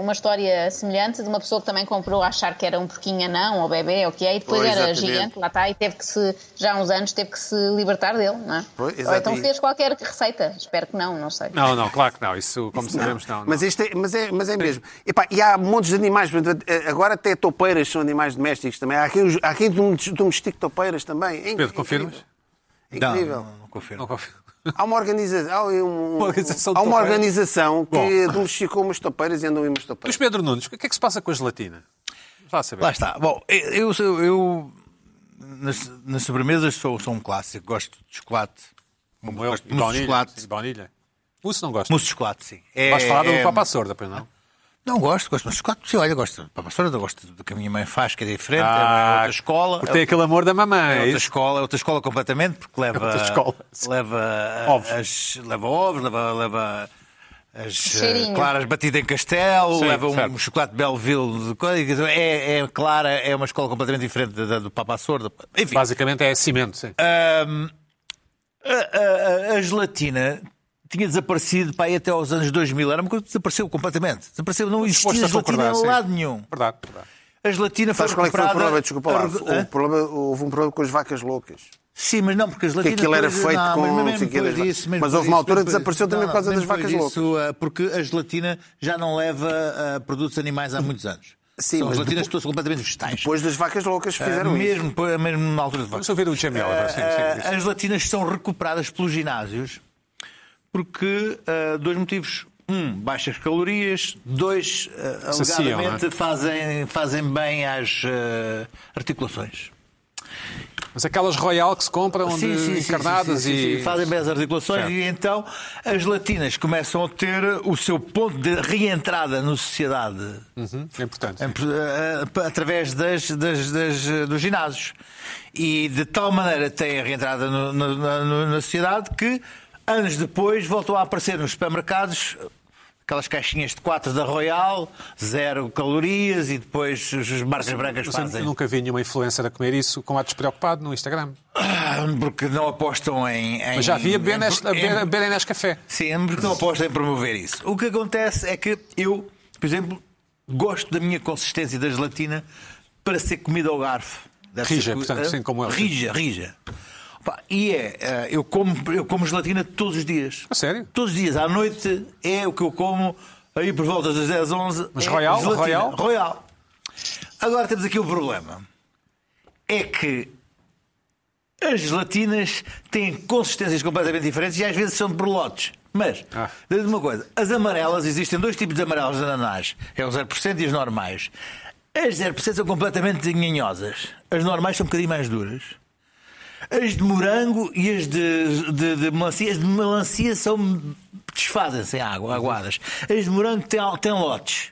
D: uma história semelhante de uma pessoa que também comprou a achar que era um porquinho anão ou bebê ou o que é, e depois
B: Pois,
D: era
B: exatamente.
D: gigante, lá está, e teve que se, já há uns anos, teve que se libertar dele, não é?
B: Pois,
D: ou
B: exato,
D: então
B: e-
D: fez qualquer receita, espero que não, não sei.
A: Não, não, claro que não. Isso, como sabemos, não. não.
B: Mas, este é, mas, é, mas é mesmo. Epá, e há montes de animais, portanto, eh, agora até toupeiras são animais domésticos também. Há quem, há quem dom- domestique toupeiras também. É inc-
A: Pedro, confirmas?
B: É incrível.
C: Não, não confirmo.
A: Não confio.
B: Há uma organização, há, um-
A: Uma organização de
B: há uma
A: toupeiras.
B: organização que
A: Bom.
B: domesticou umas toupeiras e andam em umas
A: Mas
B: toupeiras.
A: Pedro Nunes, o que é que se passa com a gelatina? Vamos lá saber.
C: Lá está. Bom, eu, eu, eu- nas, nas sobremesas sou, sou um clássico. Gosto de chocolate.
A: Como eu,
C: Gosto de
A: e
C: mousse de
A: baunilha,
C: chocolate.
A: sim, baunilha. Mousse não gosta.
C: Mousse de chocolate, sim. É,
A: Vais falar
C: é-
A: do Papa Sorda, pois não?
C: Não gosto, gosto de chocolate. Sim, olha, gosto de pastora, gosto do que a minha mãe faz, que é diferente. é outra escola.
A: Ah, Porque tem aquele amor da mamãe.
C: É
A: é
C: outra
A: isso?
C: escola, é outra escola completamente, porque leva.
A: outra escola.
C: Leva
A: Ovos.
C: ovos, as, leva, ovos, leva, leva as eh,
D: Cheirinho.
C: claras batidas em castelo,
A: Sim,
C: leva um
A: certo.
C: chocolate Belleville de coisa. quer dizer, É, é clara, é uma escola completamente diferente da, da do Papa Sorda. Enfim,
A: Basicamente é cimento, sim.
C: a, a- a- a gelatina. Tinha desaparecido para aí até aos anos 2000. Era uma coisa que desapareceu completamente. Desapareceu, não
A: Disposto
C: existia
A: a concordar,
C: gelatina em
A: sim.
C: lado nenhum.
A: Verdade, verdade.
C: A gelatina foi
B: Sabes qual é que foi o
C: recuperada-
B: problema? Desculpa lá.
C: Hã?
B: O problema, houve um problema com as vacas loucas.
C: Sim, mas não, porque as
B: Que
C: latinas.
B: aquilo era
C: depois-
B: feito
C: não,
B: com
C: mas mesmo
B: não sei o quê
C: depois
B: das-
C: disso, mesmo
B: Mas
C: depois
B: houve uma
C: disso,
B: altura que
C: depois-
B: desapareceu também
C: não,
B: por causa
C: mesmo
B: das
C: depois
B: vacas
C: disso, ah, Porque a gelatina já não leva ah, produtos animais há muitos anos.
B: Sim,
C: São
B: mas
C: gelatinas todas completamente vegetais.
B: Depois das vacas loucas
C: Ah,
B: fizeram isso.
C: mesmo, depois- mesmo na altura de
A: Vamos
C: vacas.
A: ouvir o Jamie Oliver. sim, sim, sim.
C: Ah, as latinas são recuperadas pelos ginásios porque ah, dois motivos. Um, baixas calorias. Dois, ah,
A: Saciam,
C: alegadamente,
A: não é?
C: fazem, fazem bem às ah, articulações.
A: Mas aquelas Royal que se compram de
C: Sim, sim, sim,
A: encarnadas
C: sim, sim, sim,
A: e.
C: sim. fazem bem as articulações
A: Certo.
C: e então as latinas começam a ter o seu ponto de reentrada na sociedade
A: Uhum, é importante.
C: em- eh, através das, das- das, eh, dos ginásios e de tal maneira têm a reentrada no- no- na, no- na sociedade que anos depois voltam a aparecer nos supermercados aquelas caixinhas de 4 da Royal zero calorias e depois os os marcas brancas
A: Mas eu-
C: fazem
A: eu nunca vi nenhuma influencer a comer isso com ato despreocupado no Instagram.
C: Ah, porque não apostam em, em-
A: Mas já vi a beber
C: em-
A: neste- a beber- a
C: em-
A: beberem neste café.
C: Sim,
A: Então
C: porque não apostam em promover isso. O que acontece é que eu, por exemplo, gosto da minha consistência da gelatina para ser comida ao garfo. Deve
A: Rija,
C: co-
A: portanto,
C: Hã?
A: sim, como é eu.
C: Rija, rija. Pá, E é, eh, eu como, eu como gelatina todos os dias.
A: A sério?
C: Todos os dias. À noite é o que eu como, aí por volta das 10, 11.
A: Mas
C: é
A: Royal,
C: gelatina.
A: Royal?
C: Royal. Agora temos aqui um problema. É que As gelatinas têm consistências completamente diferentes e às vezes são de berlotes. Mas,
A: Ah.
C: digo-te uma coisa, as amarelas, existem dois tipos de amarelas de ananás. É os 0% e as normais. As 0% são completamente nhanhosas. As normais são um bocadinho mais duras. As de morango e as de, de, de melancia. As de melancia são desfazem-se em água, aguadas. As de morango têm, têm lotes.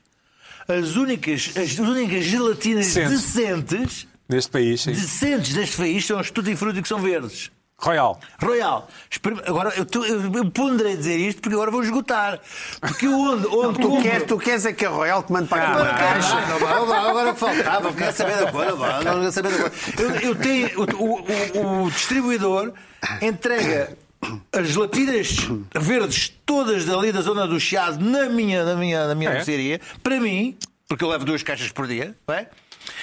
C: As únicas, as únicas gelatinas
A: Sente.
C: decentes
A: Neste país, sim.
C: decentes deste país são os tutti frutti que são verdes.
A: Royal.
C: Royal, experim- agora eu, tu, eu, eu ponderei dizer isto porque agora vou esgotar. Porque eu onde, onde
B: Tu
C: compro-
B: queres, tu queres é que a Royal te mande para aqui
C: Agora
B: uma
C: quero-
B: caixa?
C: Ah, não, não, não, Agora faltava, não quero saber da coisa, não, não quero saber da coisa. Eu, eu tenho, o, o- o- o distribuidor entrega as gelatinas verdes todas dali da zona do Chiado na minha, na minha, na minha
A: É.
C: mercearia, para mim, porque eu levo duas caixas por dia, não é?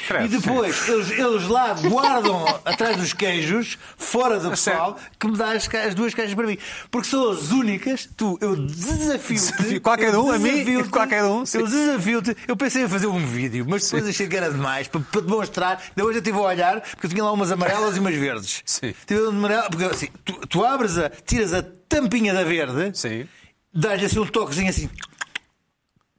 A: Credo,
C: e depois eles, eles lá guardam atrás dos queijos, fora do pessoal, que me dá as, ca- as duas caixas para mim. Porque são as únicas, tu, eu desafio-te.
A: Desafio qualquer um, a mim,
C: desafio-te-
A: qualquer um, sim.
C: Eu desafio-te. Eu pensei em fazer um vídeo, mas depois achei que era demais para, para demonstrar. Depois eu estive a olhar, porque eu tinha lá umas amarelas e umas verdes.
A: Sim.
C: Tive uma amarela, porque assim, tu, tu abres a, tiras a tampinha da verde,
A: Sim.
C: dás-lhe assim um toquezinho assim.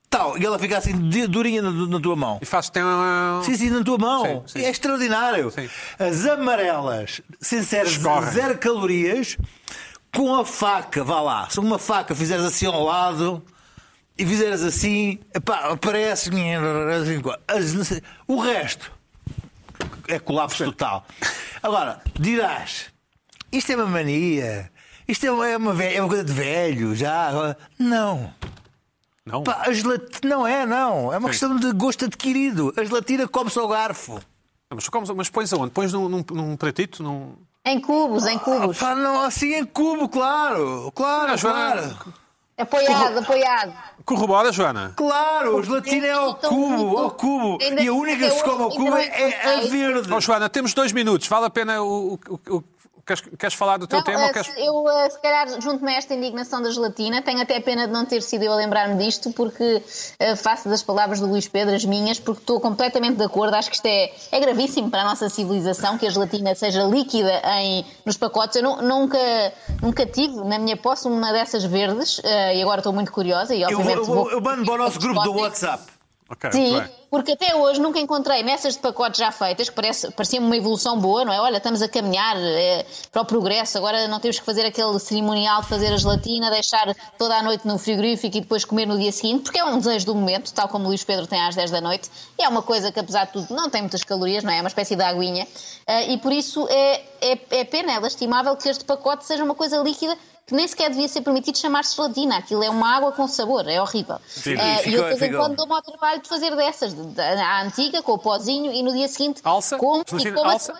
C: Tal, e ela fica assim de- durinha na, na tua mão.
A: E faz tem um...
C: Sim, sim, na tua mão.
A: Sim, sim.
C: É extraordinário.
A: Sim.
C: As amarelas, sinceras,
A: Escorrem.
C: zero calorias, com a faca, vá lá. Se uma faca fizeres assim ao lado e fizeres assim, epá, aparece. As- O resto é colapso total. Agora, dirás, isto é uma mania. Isto é uma, é uma, ve- é uma coisa de velho, já. Não.
A: Não.
C: Pá, a gelatina não é, não. É uma questão de gosto adquirido. A gelatina come-se ao garfo.
A: Mas, como- mas pões aonde? Pões num, num, num pratito? Num...
D: Em cubos, em cubos.
C: Pá, não, assim em cubo, claro. Claro,
A: Ah, Joana,
C: claro.
D: Apoiado, apoiado.
A: Corrobora, Joana.
C: Claro, a gelatina é ao
D: Então,
C: cubo,
D: então,
C: ao cubo.
D: ainda-
C: E a única que se come ao
D: ainda
C: cubo
D: não
C: é a
D: encontrei.
C: verde.
A: Ó, Oh, Joana, temos dois minutos. Vale a pena o... o, o, o- Queres, queres falar do teu
D: Não,
A: tema?
D: eh,
A: ou queres...
D: se- Eu, eh, se calhar, junto-me a esta indignação da gelatina, tenho até pena de não ter sido eu a lembrar-me disto, porque eh, faço das palavras do Luís Pedro as minhas, porque estou completamente de acordo. Acho que isto é, é gravíssimo para a nossa civilização que a gelatina seja líquida em, nos pacotes. Eu nu- nunca, nunca tive na minha posse uma dessas verdes, eh, e agora estou muito curiosa. E,
C: Eu,
D: obviamente,
C: eu,
D: vou-
C: eu, eu mando para o nosso grupo do WhatsApp.
A: Ok,
D: Sim,
A: muito bem.
D: porque até hoje nunca encontrei nessas de pacotes já feitas, que parece, parecia uma evolução boa, não é? Olha, estamos a caminhar eh, para o progresso, agora não temos que fazer aquele cerimonial de fazer a gelatina, deixar toda a noite no frigorífico e depois comer no dia seguinte, porque é um desejo do momento, tal como o Luís Pedro tem às 10 da noite, e é uma coisa que, apesar de tudo, não tem muitas calorias, não é? É uma espécie de aguinha, Eh, e por isso é, é, é pena, é lastimável que este pacote seja uma coisa líquida. Que nem sequer devia ser permitido chamar-se gelatina. Aquilo é uma água com sabor, é horrível.
C: Sim,
D: Eh, e
C: ficou-
D: eu, de vez em
C: ficou.
D: quando, dou-me ao trabalho de fazer dessas, de- de- à antiga, com o pozinho, e no dia seguinte
A: Alça?
D: como e
A: Gelatina
D: como
A: alça?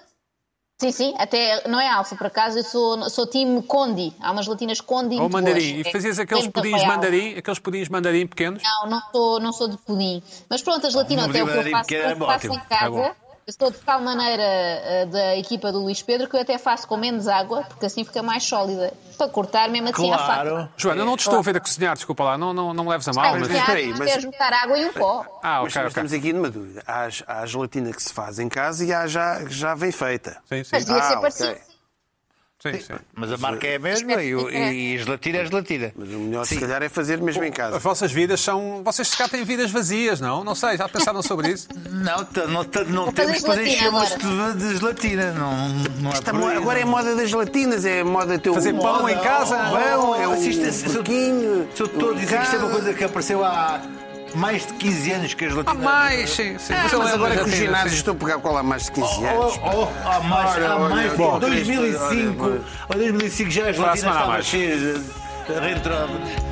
D: Sim, sim, até não é alfa, por acaso eu sou, sou time Condi. Há umas gelatinas Condi.
A: Ou
D: muito
A: Oh, mandarim.
D: boas.
A: E fazias
D: É-
A: aqueles
D: tem
A: pudins
D: papel.
A: mandarim, aqueles pudins mandarim pequenos?
D: Não, não sou, não sou de pudim. Mas pronto, a
C: Um
D: gelatina até é o que
C: mandarim
D: eu faço,
C: pequeno era
D: eu faço
C: ótimo.
D: em
A: É
D: casa.
A: bom.
D: eu estou de tal maneira eh, da equipa do Luís Pedro que eu até faço com menos água, porque assim fica mais sólida. Para cortar mesmo assim à faca.
C: Claro.
A: Joana, eu não te estou a ver a cozinhar, desculpa lá. Não, não, não me leves a mal.
D: Bem,
A: Ah, mas-
D: que há,
B: espera aí,
D: mas...
B: mas-
D: quer juntar água e um pó.
A: Ah,
B: Mas
A: ok, ok.
B: estamos aqui numa dúvida. Há, há a gelatina que se faz em casa e há já, já vem feita.
A: Sim, sim.
D: Mas devia
B: Ah,
D: ser
B: ok.
D: parecido.
A: sim, sim.
C: Mas a marca é a mesma e, o- e a gelatina é a gelatina.
B: Mas o melhor, se calhar, é fazer mesmo em casa.
A: As vossas vidas são. Vocês se cá têm vidas vazias, não? Não sei, já pensaram sobre isso?
C: Não, t- não, t- não
D: Vou
C: temos
D: fazer
C: que fazer
D: gelatina
C: chamas de, de gelatina. Não, não é
B: Está
C: por
B: mo-
C: aí,
B: agora é
C: não.
B: moda das gelatinas, é moda teu.
A: Fazer pão em casa?
B: Pão, é o
C: Assista- se- se-
B: suquinho,
C: Se eu estou a dizer que isto é uma coisa que apareceu há mais de 15 anos que a gelatina.
A: Há mais, sim, sim.
B: Ah,
A: eu
B: mas
A: lembro
B: agora
A: já
B: que os
A: tinha,
B: ginásios
A: sim.
B: estão a pegar cola há mais de 15 anos.
C: Oh, oh, há mais,
B: Olha,
C: há
B: olha,
C: mais.
B: bom.
C: 2005,
B: Olha, olha,
C: ou 2005 já a
A: Para a
C: gelatina
A: semana há
C: estava
A: mais.
C: cheia de de reentrada.